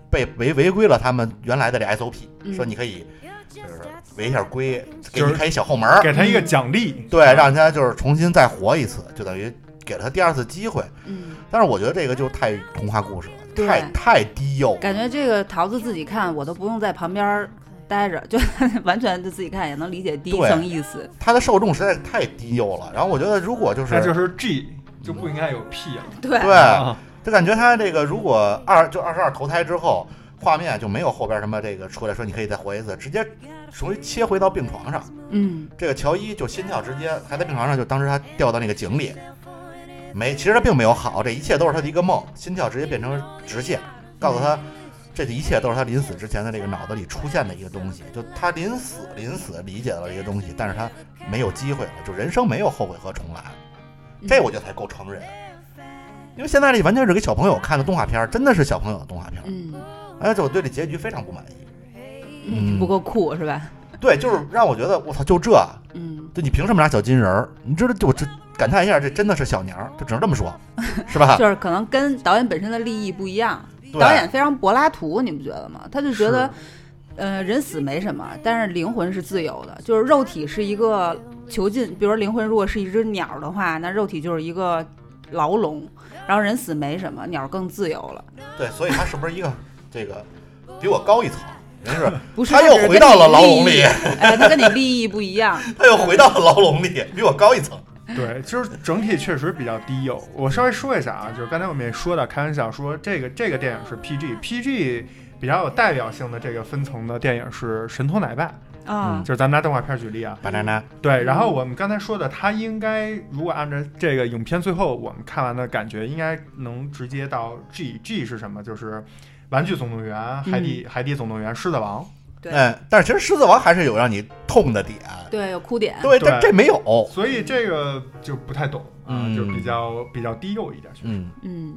Speaker 2: 被违违规了他们原来的这 SOP，
Speaker 1: 嗯
Speaker 2: 说你可以就是违一下规，给
Speaker 4: 就
Speaker 2: 你
Speaker 4: 是嗯
Speaker 2: 开一小后门儿，
Speaker 4: 给他一个奖励，
Speaker 2: 嗯对，让他就是重新再活一次，就等于给了他第二次机会。
Speaker 1: 嗯，
Speaker 2: 但是我觉得这个就太童话故事了，
Speaker 1: 对
Speaker 2: 太太低幼了。
Speaker 1: 感觉这个桃子自己看，我都不用在旁边儿待着，就 完全就自己看也能理解第一
Speaker 2: 对
Speaker 1: 层意思。
Speaker 2: 他的受众实在是太低幼了。然后我觉得，如果就是
Speaker 4: 那就是 G 就不应该有 P 了。
Speaker 1: 对
Speaker 2: 对，
Speaker 4: 啊
Speaker 2: 就感觉他这个如果二就二十二投胎之后，画面就没有后边什么这个出来说你可以再活一次，直接属于切回到病床上。
Speaker 1: 嗯，
Speaker 2: 这个乔伊就心跳直接还在病床上，就当时他掉到那个井里，没，其实他并没有好，这一切都是他的一个梦，心跳直接变成直线，告诉他。这一切都是他临死之前的这个脑子里出现的一个东西，就他临死临死理解了一个东西，但是他没有机会了，就人生没有后悔和重来，
Speaker 1: 嗯
Speaker 2: 这我觉得才够成人。因为现在这完全是给小朋友看的动画片儿，真的是小朋友的动画片儿。
Speaker 1: 嗯
Speaker 2: 而且我对这结局非常不满意。嗯
Speaker 1: 嗯不够酷是吧？
Speaker 2: 对，就是让我觉得我操，就这，啊
Speaker 1: 嗯，
Speaker 2: 就你凭什么拿小金人儿？你知道，就我这感叹一下，这真的是小娘儿，就只能这么说， 是吧？
Speaker 1: 就是可能跟导演本身的利益不一样。
Speaker 2: 啊对
Speaker 1: 导演非常柏拉图，你不觉得吗？他就觉得，呃，人死没什么，但是灵魂是自由的，就是肉体是一个囚禁，比如说灵魂如果是一只鸟的话，那肉体就是一个牢笼，然后人死没什么，鸟更自由了，
Speaker 2: 对，所以他是不是一个这个比我高一层？人是
Speaker 1: 不是？
Speaker 2: 他又
Speaker 1: 只是
Speaker 2: 回到了牢
Speaker 1: 跟你
Speaker 2: 笼
Speaker 1: 利
Speaker 2: 里
Speaker 1: 益，哎，他跟你利益不一 样，
Speaker 2: 他又回到了牢笼里，比我高一层。
Speaker 1: 嗯
Speaker 4: 对，就是整体确实比较低幼。我稍微说一下啊，就是刚才我们也说到，开玩笑说这个这个电影是 PG，PG 比较有代表性的这个分层的电影是《神偷奶爸》，
Speaker 1: 啊
Speaker 2: 嗯
Speaker 4: 就，是咱们拿动画片举例啊。
Speaker 2: 巴娜娜，
Speaker 4: 对，然后我们刚才说的，它应该如果按照这个影片最后我们看完的感觉，应该能直接到 G，G 是什么？就是《玩具总动员》《海底、海底总动员》《狮子王》。
Speaker 1: 对
Speaker 2: 嗯，但是其实狮子王还是有让你痛的点，
Speaker 1: 对，有哭点，
Speaker 2: 对，这
Speaker 4: 对
Speaker 2: 这没有，
Speaker 4: 所以这个就不太懂啊，
Speaker 2: 嗯
Speaker 4: 就比较比较低幼一点。确实
Speaker 2: 嗯，
Speaker 1: 嗯。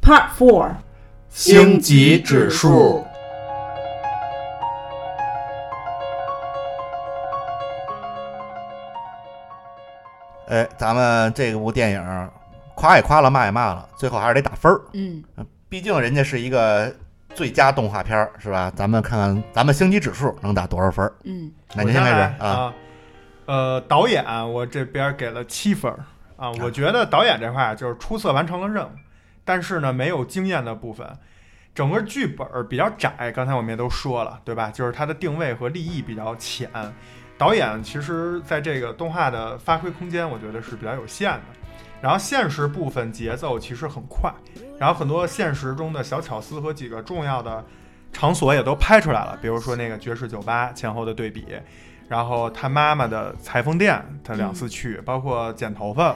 Speaker 1: Part Four，
Speaker 2: 星级指数。哎，咱们这部电影夸也夸了，骂也骂了，最后还是得打分儿。
Speaker 1: 嗯，
Speaker 2: 毕竟人家是一个最佳动画片儿，是吧？咱们看看咱们星级指数能打多少分儿？
Speaker 1: 嗯，
Speaker 2: 那您先开始
Speaker 4: 我先来
Speaker 2: 啊，
Speaker 4: 啊。呃，导演我这边给了七分儿啊，我觉得导演这块儿就是出色完成了任务，但是呢没有经验的部分。整个剧本儿比较窄，刚才我们也都说了，对吧？就是它的定位和立意比较浅，导演其实在这个动画的发挥空间，我觉得是比较有限的。然后现实部分节奏其实很快，然后很多现实中的小巧思和几个重要的场所也都拍出来了，比如说那个爵士酒吧前后的对比，然后他妈妈的裁缝店，他两次去，包括剪头发，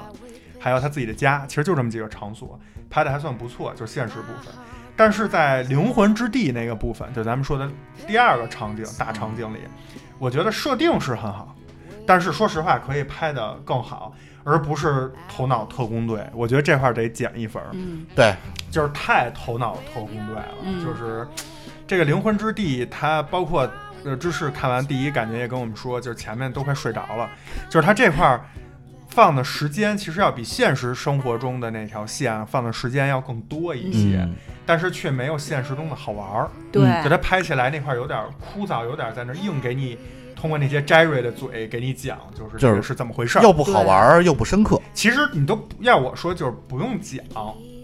Speaker 4: 还有他自己的家，其实就这么几个场所，拍的还算不错，就是现实部分。但是在灵魂之地那个部分，就咱们说的第二个场景大场景里，我觉得设定是很好，但是说实话，可以拍得更好，而不是头脑特工队。我觉得这块儿得减一分儿，
Speaker 1: 嗯
Speaker 2: 对，
Speaker 4: 就是太头脑特工队了。
Speaker 1: 嗯
Speaker 4: 就是这个灵魂之地，它包括呃，芝士看完第一感觉也跟我们说，就是前面都快睡着了，就是它这块儿放的时间其实要比现实生活中的那条线放的时间要更多一些，
Speaker 2: 嗯，
Speaker 4: 但是却没有现实中的好玩儿。
Speaker 1: 对，
Speaker 4: 就它拍起来那块儿有点枯燥，有点在那儿硬给你通过那些 Jerry 的嘴给你讲，就
Speaker 2: 就是
Speaker 4: 是这个是怎么回事儿。
Speaker 2: 又不好玩儿又不深刻，
Speaker 4: 其实你都不要我说，就是不用讲，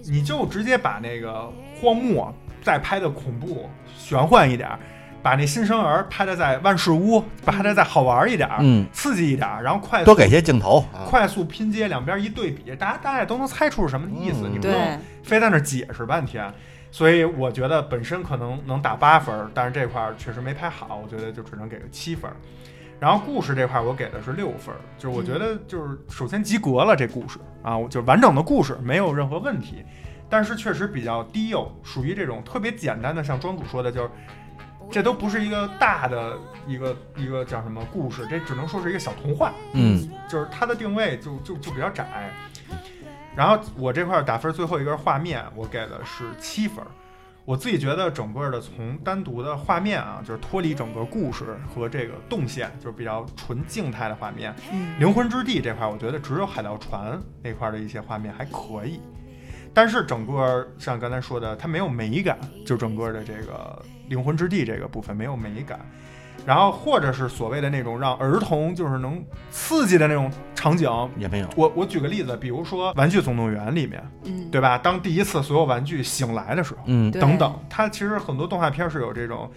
Speaker 4: 你就直接把那个荒漠再拍的恐怖玄幻一点儿，把那新生儿拍的再万事屋拍的再好玩一点儿，
Speaker 2: 嗯，
Speaker 4: 刺激一点儿，然后快速
Speaker 2: 多给些镜头啊，
Speaker 4: 快速拼接两边一对比，大家大家也都能猜出是什么意思，
Speaker 2: 嗯
Speaker 4: 你不用
Speaker 1: 对，
Speaker 4: 非在那儿解释半天。所以我觉得本身可能能打八分儿，但是这块儿确实没拍好，我觉得就只能给个七分儿。然后故事这块儿我给的是六分儿，就是我觉得就是首先及格了这故事啊，我就是完整的故事没有任何问题，但是确实比较低幼，属于这种特别简单的，像庄主说的，就是这都不是一个大的一个一个叫什么故事，这只能说是一个小童话。
Speaker 2: 嗯
Speaker 4: 就是它的定位就就就比较窄。然后我这块儿打分最后一个是画面，我给的是七分儿。我自己觉得整个的从单独的画面啊，就是脱离整个故事和这个动线，就是比较纯静态的画面。
Speaker 1: 嗯
Speaker 4: 灵魂之地这块，我觉得只有海盗船那块儿的一些画面还可以，但是整个像刚才说的，它没有美感，就整个的这个灵魂之地这个部分没有美感。然后或者是所谓的那种让儿童就是能刺激的那种场景，
Speaker 2: 也没有，
Speaker 4: 我我举个例子，比如说《玩具总动员》里面，
Speaker 1: 嗯，
Speaker 4: 对吧？当第一次所有玩具醒来的时候，
Speaker 2: 嗯
Speaker 1: 对
Speaker 4: 等等，它其实很多动画片是有这种，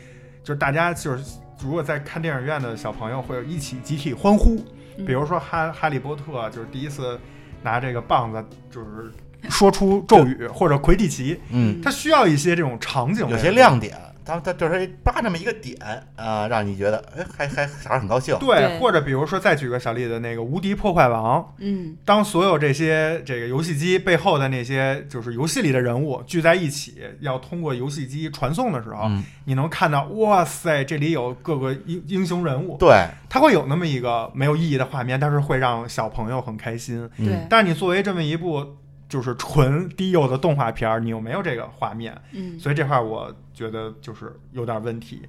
Speaker 4: 就是大家就是如果在看电影院的小朋友会一起集体欢呼，
Speaker 1: 嗯
Speaker 4: 比如说哈哈利波特就是第一次拿这个棒子就是说出咒语，或者魁地奇，
Speaker 2: 嗯，
Speaker 4: 它需要一些这种场景，
Speaker 2: 有些亮点，他他就是扒那么一个点啊，让你觉得哎还还还是很高兴，
Speaker 4: 对，
Speaker 1: 对
Speaker 4: 或者比如说再举个小例子，那个《无敌破坏王》，
Speaker 1: 嗯
Speaker 4: 当所有这些这个游戏机背后的那些就是游戏里的人物聚在一起，要通过游戏机传送的时候，
Speaker 2: 嗯
Speaker 4: 你能看到，哇塞，这里有各个英英雄人物，
Speaker 2: 对，
Speaker 4: 它会有那么一个没有意义的画面，但是会让小朋友很开心。
Speaker 2: 嗯
Speaker 1: 对，
Speaker 4: 但是你作为这么一部就是纯低幼的动画片儿，你有没有这个画面？
Speaker 1: 嗯
Speaker 4: 所以这块儿我觉得就是有点问题。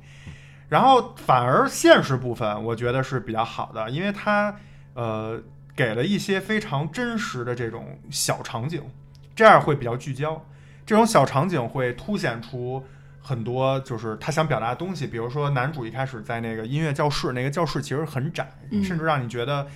Speaker 4: 然后反而现实部分，我觉得是比较好的，因为它呃给了一些非常真实的这种小场景，这样会比较聚焦。这种小场景会凸显出很多就是他想表达的东西，比如说男主一开始在那个音乐教室，那个教室其实很窄，
Speaker 1: 嗯
Speaker 4: 甚至让你觉得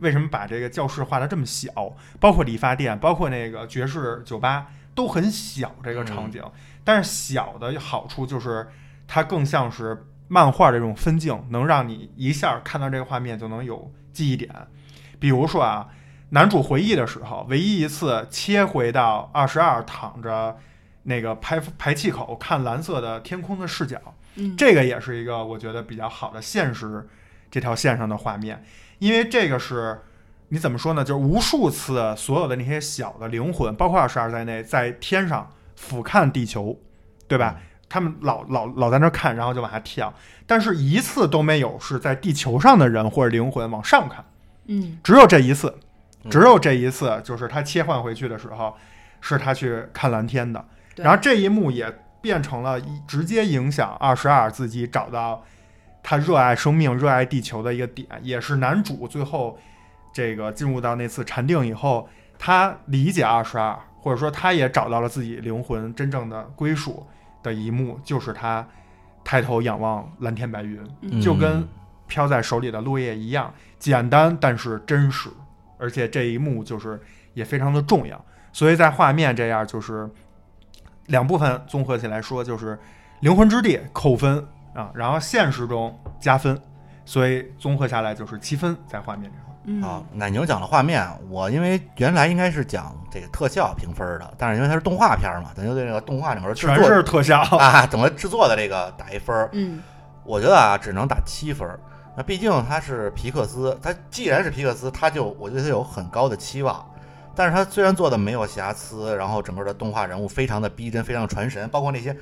Speaker 4: 为什么把这个教室画的这么小，包括理发店，包括那个爵士酒吧都很小这个场景。但是小的好处就是它更像是漫画的这种分镜，能让你一下看到这个画面就能有记忆点。比如说啊，男主回忆的时候，唯一一次切回到二十二躺着那个排排气口看蓝色的天空的视角，
Speaker 1: 嗯，
Speaker 4: 这个也是一个我觉得比较好的现实这条线上的画面，因为这个是你怎么说呢？就是无数次所有的那些小的灵魂，包括二十二在内，在天上俯瞰地球，对吧？他们老老老在那儿看，然后就往下跳，但是一次都没有是在地球上的人或者灵魂往上看。
Speaker 1: 嗯
Speaker 4: 只有这一次，
Speaker 2: 嗯
Speaker 4: 只有这一次，就是他切换回去的时候，是他去看蓝天的。
Speaker 1: 对
Speaker 4: 然后这一幕也变成了一直接影响二十二自己找到他热爱生命、热爱地球的一个点，也是男主最后这个进入到那次禅定以后，他理解二十二，或者说他也找到了自己灵魂真正的归属的一幕，就是他抬头仰望蓝天白云。
Speaker 2: 嗯
Speaker 4: 就跟飘在手里的落叶一样，简单但是真实，而且这一幕就是也非常的重要。所以在画面这样就是两部分综合起来说，就是《灵魂之地》扣分啊，然后现实中加分，所以综合下来就是七分在画面这块。
Speaker 1: 嗯
Speaker 2: 啊，奶牛讲了画面，啊我因为原来应该是讲这个特效评分的，但是因为它是动画片嘛，咱就对这个动画整个制
Speaker 4: 全
Speaker 2: 作
Speaker 4: 是特效，
Speaker 2: 啊，整个制作的这个打一分儿，
Speaker 1: 嗯
Speaker 2: 我觉得啊，只能打七分儿。那毕竟它是皮克斯，它既然是皮克斯，它就我对它有很高的期望。但是它虽然做的没有瑕疵，然后整个的动画人物非常的逼真，非常的传神，包括那些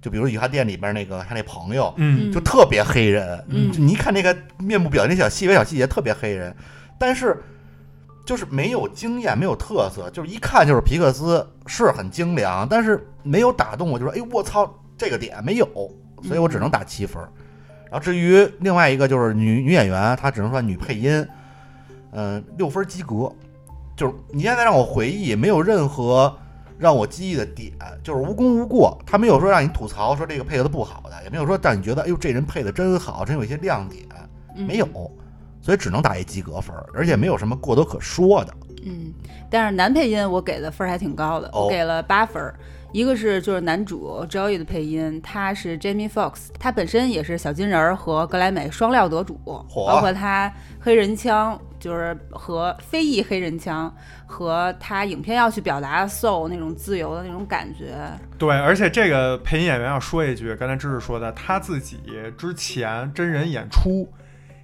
Speaker 2: 就比如雨哈店里边那个他那朋友，
Speaker 4: 嗯
Speaker 2: 就特别黑人，
Speaker 1: 嗯
Speaker 2: 就你一看那个面部表情那小细微小细节特别黑人，但是就是没有经验，没有特色，就是一看就是皮克斯是很精良，但是没有打动我，就说哎我操这个点没有，所以我只
Speaker 1: 嗯
Speaker 2: 能打七分。然后至于另外一个就是女女演员，她只能算女配音，嗯、六分及格。就是你现在让我回忆，没有任何让我记忆的点，就是无功无过。他没有说让你吐槽说这个配合的不好的，也没有说让你觉得哎呦这人配的真好，真有一些亮点，
Speaker 1: 嗯
Speaker 2: 没有，所以只能打一及格分儿，而且没有什么过多可说的。
Speaker 1: 嗯，但是男配音我给的分儿还挺高的，
Speaker 2: 哦
Speaker 1: 我给了八分儿。一个是就是男主 Joey 的配音，他是 Jamie Fox，他本身也是小金人儿和格莱美双料得主，
Speaker 2: 嚯
Speaker 1: 包括他黑人腔，就是和非裔黑人腔和他影片要去表达 soul 那种自由的那种感觉，
Speaker 4: 对，而且这个配音演员要说一句，刚才芝芝说的，他自己之前真人演出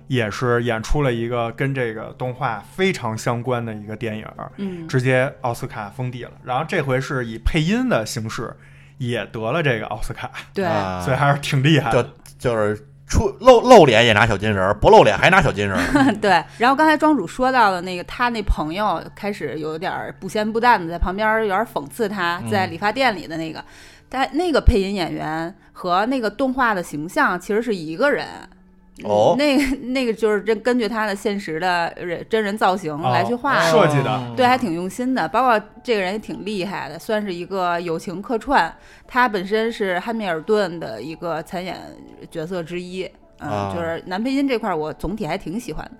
Speaker 4: 也是演出了一个跟这个动画非常相关的一个电影儿，
Speaker 1: 嗯
Speaker 4: 直接奥斯卡封底了。然后这回是以配音的形式也得了这个奥斯卡，
Speaker 1: 对，
Speaker 2: 啊
Speaker 4: 所以还是挺厉害
Speaker 2: 就
Speaker 4: 的。
Speaker 2: 就是出露露脸也拿小金人儿，不露脸还拿小金人 儿。
Speaker 1: 对，然后刚才庄主说到的那个他那朋友开始有点儿不咸不淡的，在旁边儿有点儿讽刺他在理发店里的那个，他那个配音演员和那个动画的形象其实是一个人。
Speaker 2: 哦
Speaker 1: 那个那个就是真根据他的现实的人真人造型来去画的，
Speaker 4: 设计
Speaker 2: 哦
Speaker 4: 的，
Speaker 1: 对，还挺用心的。包括这个人也挺厉害的，算是一个友情客串。他本身是汉密尔顿的一个参演角色之一，嗯，
Speaker 2: 啊
Speaker 1: 就是男配音这块儿我总体还挺喜欢的。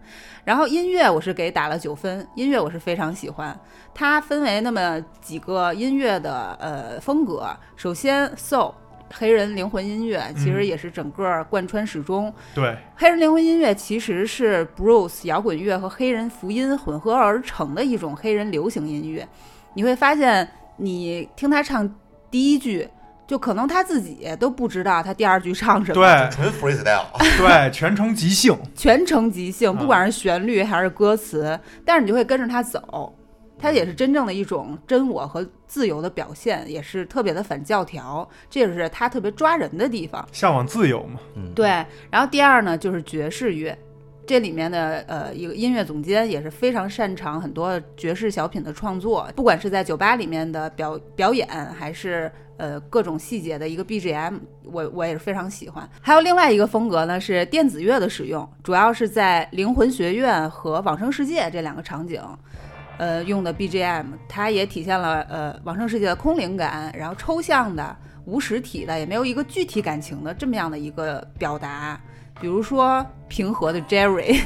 Speaker 1: 然后音乐我是给打了九分，音乐我是非常喜欢。它分为那么几个音乐的呃风格，首先 soul。黑人灵魂音乐其实
Speaker 4: 嗯
Speaker 1: 也是整个贯穿始终，
Speaker 4: 对，
Speaker 1: 黑人灵魂音乐其实是 blues 摇滚乐和黑人福音混合而成的一种黑人流行音乐。你会发现，你听他唱第一句，就可能他自己都不知道他第二句唱什么，
Speaker 4: 对
Speaker 2: 纯 freestyle，
Speaker 4: 对，全程即兴，
Speaker 1: 全程即兴，
Speaker 4: 嗯
Speaker 1: 不管是旋律还是歌词，但是你就会跟着他走。它也是真正的一种真我和自由的表现，也是特别的反教条，这也是他特别抓人的地方。
Speaker 4: 向往自由嘛。
Speaker 2: 嗯，
Speaker 1: 对，然后第二呢就是爵士乐，这里面的呃一个音乐总监也是非常擅长很多爵士小品的创作，不管是在酒吧里面的表表演，还是呃各种细节的一个 BGM，我我也是非常喜欢。还有另外一个风格呢是电子乐的使用，主要是在灵魂学院和往生世界这两个场景。呃，用的 BGM，它也体现了呃往生世界的空灵感，然后抽象的、无实体的，也没有一个具体感情的这么样的一个表达。比如说平和的 Jerry，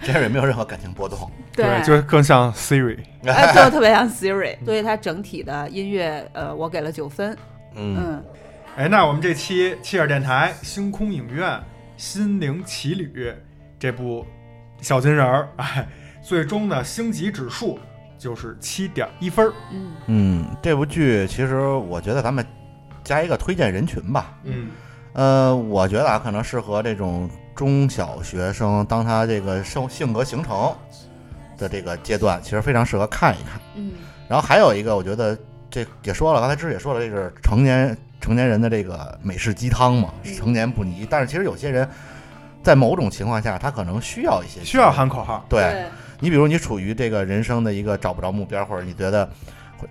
Speaker 2: 这也没有任何感情波动。
Speaker 4: 对，就是更像 Siri。
Speaker 1: 哎，就特别像 Siri，所以它整体的音乐，呃，我给了九分。
Speaker 2: 嗯，
Speaker 1: 嗯，
Speaker 4: 哎，那我们这期切尔电台星空影院《心灵奇旅》这部小金人儿，哎，最终的星级指数就是七点一分儿。
Speaker 1: 嗯
Speaker 2: 嗯，这部剧其实我觉得咱们加一个推荐人群吧。
Speaker 4: 嗯，
Speaker 2: 呃，我觉得啊，可能适合这种中小学生，当他这个生性格形成的这个阶段，其实非常适合看一看。
Speaker 1: 嗯
Speaker 2: 然后还有一个，我觉得这也说了，刚才知识也说了，这是成年成年人的这个美式鸡汤嘛，
Speaker 1: 嗯
Speaker 2: 成年不泥。但是其实有些人在某种情况下，他可能需要一些
Speaker 4: 需要喊口号。
Speaker 2: 对，你比如你处于这个人生的一个找不着目标，或者你觉得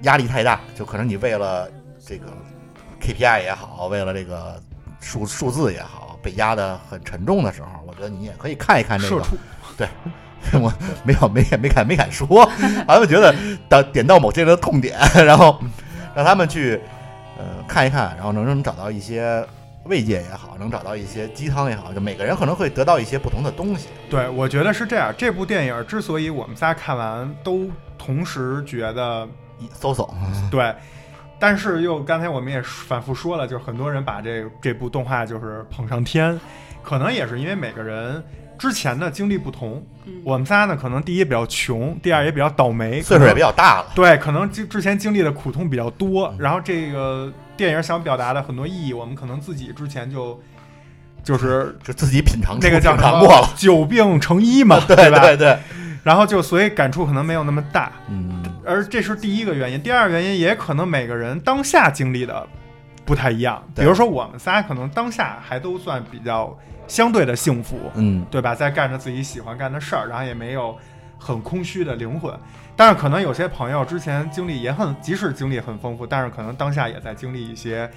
Speaker 2: 压力太大，就可能你为了这个 KPI 也好，为了这个数数字也好，被压得很沉重的时候，我觉得你也可以看一看这
Speaker 4: 社
Speaker 2: 个。
Speaker 4: 畜，
Speaker 2: 我没有没敢没敢没敢说， 咱们觉得到点到某些人的痛点，然后让他们去呃看一看，然后能能找到一些慰藉也好，能找到一些鸡汤也好，就每个人可能会得到一些不同的东西。
Speaker 4: 对我觉得是这样。这部电影之所以我们仨看完都同时觉得
Speaker 2: 搜搜，
Speaker 4: 对，但是又刚才我们也反复说了，就是很多人把这这部动画就是捧上天，可能也是因为每个人之前的经历不同。
Speaker 1: 嗯
Speaker 4: 我们仨呢，可能第一比较穷，第二也比较倒霉，
Speaker 2: 岁数也比
Speaker 4: 较
Speaker 2: 较大了。
Speaker 4: 对，可能之之前经历的苦痛比较多
Speaker 2: 嗯，
Speaker 4: 然后这个电影想表达的很多意义，我们可能自己之前就就是。
Speaker 2: 就自己品尝出
Speaker 4: 那个叫
Speaker 2: 品
Speaker 4: 什么
Speaker 2: 尝过了，
Speaker 4: 久病成医 嘛，对吧？
Speaker 2: 对对，
Speaker 4: 然后就所以感触可能没有那么大，
Speaker 2: 嗯，
Speaker 4: 而这是第一个原因。第二个原因也可能每个人当下经历的不太一样。比
Speaker 2: 对
Speaker 4: 如说我们仨可能当下还都算比较相对的幸福，
Speaker 2: 嗯，
Speaker 4: 对吧？在干着自己喜欢干的事儿，然后也没有很空虚的灵魂。但是可能有些朋友之前经历也很，即使经历很丰富，但是可能当下也在经历一些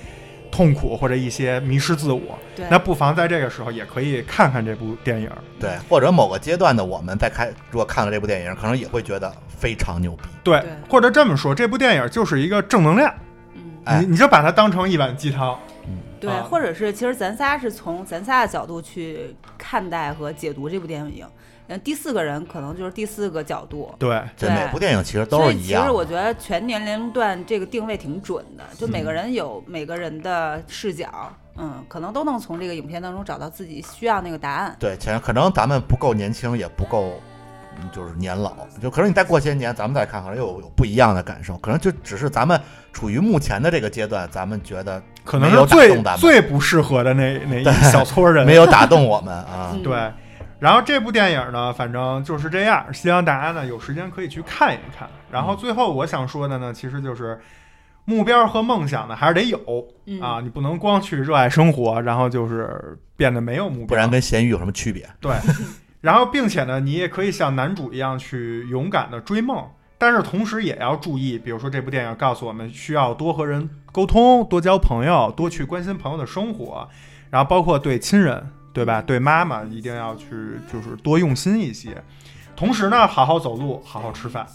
Speaker 4: 痛苦或者一些迷失自我。
Speaker 1: 对
Speaker 4: 那不妨在这个时候也可以看看这部电影。
Speaker 2: 对，或者某个阶段的我们再看，如果看了这部电影，可能也会觉得非常牛逼。
Speaker 4: 对，
Speaker 1: 对
Speaker 4: 或者这么说，这部电影就是一个正能量，
Speaker 1: 嗯，
Speaker 2: 哎
Speaker 4: 你你就把它当成一碗鸡汤。
Speaker 1: 对，
Speaker 4: 啊
Speaker 1: 或者是其实咱仨是从咱仨的角度去看待和解读这部电影，嗯，第四个人可能就是第四个角度，
Speaker 4: 对，
Speaker 2: 这
Speaker 1: 对
Speaker 2: 每部电影其实都
Speaker 1: 所
Speaker 2: 是
Speaker 1: 以
Speaker 2: 一
Speaker 1: 其实
Speaker 2: 样
Speaker 1: 我
Speaker 2: 的，
Speaker 1: 觉得全年龄段这个定位挺准的，就每
Speaker 2: 嗯
Speaker 1: 个人有每个人的视角，嗯，可能都能从这个影片当中找到自己需要那个答案。
Speaker 2: 对，前可能咱们不够年轻，也不够，嗯就是年老，就可能你再过些年，咱们再看，可能又有不一样的感受，可能就只是咱们处于目前的这个阶段，咱们觉得
Speaker 4: 可能
Speaker 2: 没有
Speaker 4: 是
Speaker 2: 打
Speaker 4: 最
Speaker 2: 动咱们
Speaker 4: 最不适合的那 那一小撮人。
Speaker 2: 没有打动我们啊，
Speaker 1: 嗯
Speaker 4: 对，然后这部电影呢，反正就是这样，希望大家呢有时间可以去看一看。然
Speaker 1: 嗯
Speaker 4: 后最后我想说的呢，其实就是目标和梦想呢还是得有、
Speaker 1: 嗯
Speaker 4: 啊，你不能光去热爱生活，然后就是变得没有目标，
Speaker 2: 不然跟咸鱼有什么区别？
Speaker 4: 对。然后，并且呢，你也可以像男主一样去勇敢的追梦，但是同时也要注意，比如说这部电影告诉我们需要多和人沟通，多交朋友，多去关心朋友的生活，然后包括对亲人，对吧？对妈妈一定要去，就是多用心一些。同时呢，好好走路，好好吃饭，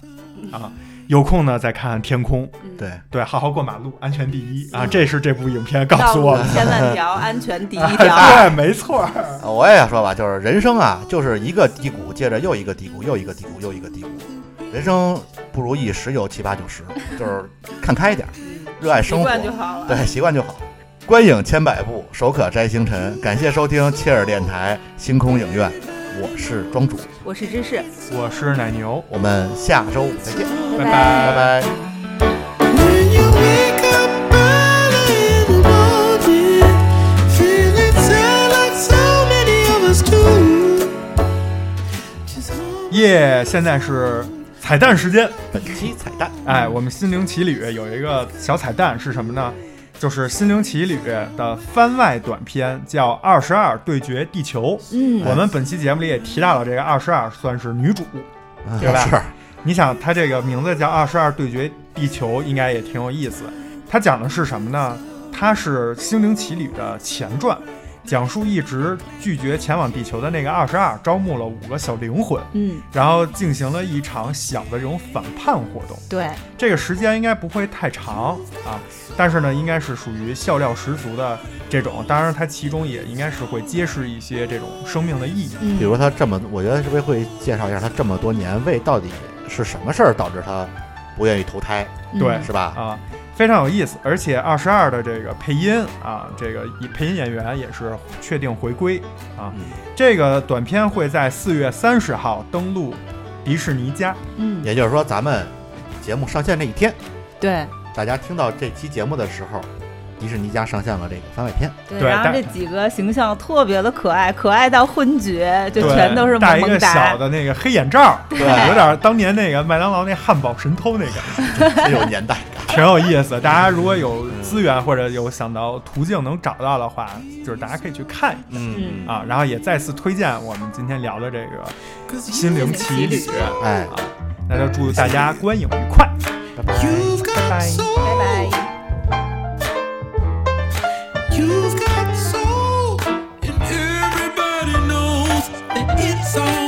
Speaker 4: 啊，有空呢再看看天空，
Speaker 2: 对，
Speaker 4: 对，好好过马路，安全第一啊，这是这部影片告
Speaker 1: 道
Speaker 4: 诉
Speaker 1: 路
Speaker 4: 我们。
Speaker 1: 千万条，安全第一 条。
Speaker 4: 嗯对，没错儿，
Speaker 2: 呃我也要说吧，就是人生啊，就是一个低谷接着又一个低谷，又一个低谷，又一个低谷。人生不如意十有七八九十，就是看开一点，热爱生
Speaker 1: 习
Speaker 2: 活，
Speaker 1: 惯就好了。
Speaker 2: 对，习惯就好。观影千百步，手可摘星辰。感谢收听切尔电台星空影院，我是庄主，
Speaker 1: 我是芝士，
Speaker 4: 我是奶牛，
Speaker 2: 我们下周五再见，
Speaker 1: 拜
Speaker 4: 拜
Speaker 2: 拜拜。
Speaker 3: When you wake up early in the morning, feeling sad like so many of us do. Just hold
Speaker 4: 耶现在是彩蛋时间。
Speaker 2: 本期彩蛋，
Speaker 4: 哎，我们心灵奇旅有一个小彩蛋是什么呢？就是《心灵奇旅》的番外短片，叫《二十二对决地球》。
Speaker 1: 嗯
Speaker 4: 我们本期节目里也提到了这个二十二，算是女主，对吧？
Speaker 2: 嗯是
Speaker 4: 你想，它这个名字叫《二十二对决地球》，应该也挺有意思。它讲的是什么呢？它是《心灵奇旅》的前传，讲述一直拒绝前往地球的那个二十二，招募了五个小灵魂，
Speaker 1: 嗯，
Speaker 4: 然后进行了一场小的这种反叛活动。
Speaker 1: 对，
Speaker 4: 这个时间应该不会太长啊，但是呢，应该是属于笑料十足的这种。当然，它其中也应该是会揭示一些这种生命的意义。
Speaker 2: 比
Speaker 1: 嗯，
Speaker 2: 如他这么，我觉得是不是会介绍一下他这么多年为到底是什么事儿导致他不愿意投胎，
Speaker 4: 对
Speaker 2: 是吧？
Speaker 4: 啊，非常有意思。而且二十二的这个配音啊，这个以配音演员也是确定回归啊。
Speaker 2: 嗯
Speaker 4: 这个短片会在四月三十号登陆迪士尼家。
Speaker 1: 嗯，
Speaker 2: 也就是说，咱们节目上线那一天，
Speaker 1: 对
Speaker 2: 大家听到这期节目的时候，迪士尼家上线了这个番外篇，
Speaker 1: 对
Speaker 4: 对
Speaker 1: 然后
Speaker 4: 但
Speaker 1: 这几个形象特别的可爱，可爱到昏厥，就全都是
Speaker 4: 对戴
Speaker 1: 萌
Speaker 4: 一个
Speaker 1: 萌
Speaker 4: 小
Speaker 1: 哒。
Speaker 4: 的那个黑眼罩，
Speaker 2: 对
Speaker 4: 有点当年那个麦当劳那汉堡神偷那 个。
Speaker 2: 很有年代感。
Speaker 4: 挺有意思。大家如果有资源或者有想到途径能找到的话，就是大家可以去看一
Speaker 2: 嗯
Speaker 4: 下啊。然后也再次推荐我们今天聊的这个
Speaker 3: 'cause
Speaker 4: 《心灵奇旅》
Speaker 2: 哎
Speaker 4: 啊，那就祝大家观影愉快，拜拜
Speaker 3: You've
Speaker 4: 拜
Speaker 3: got
Speaker 4: 拜。
Speaker 3: soul.
Speaker 1: 拜拜。
Speaker 3: You've got soul, and everybody knows that it's on.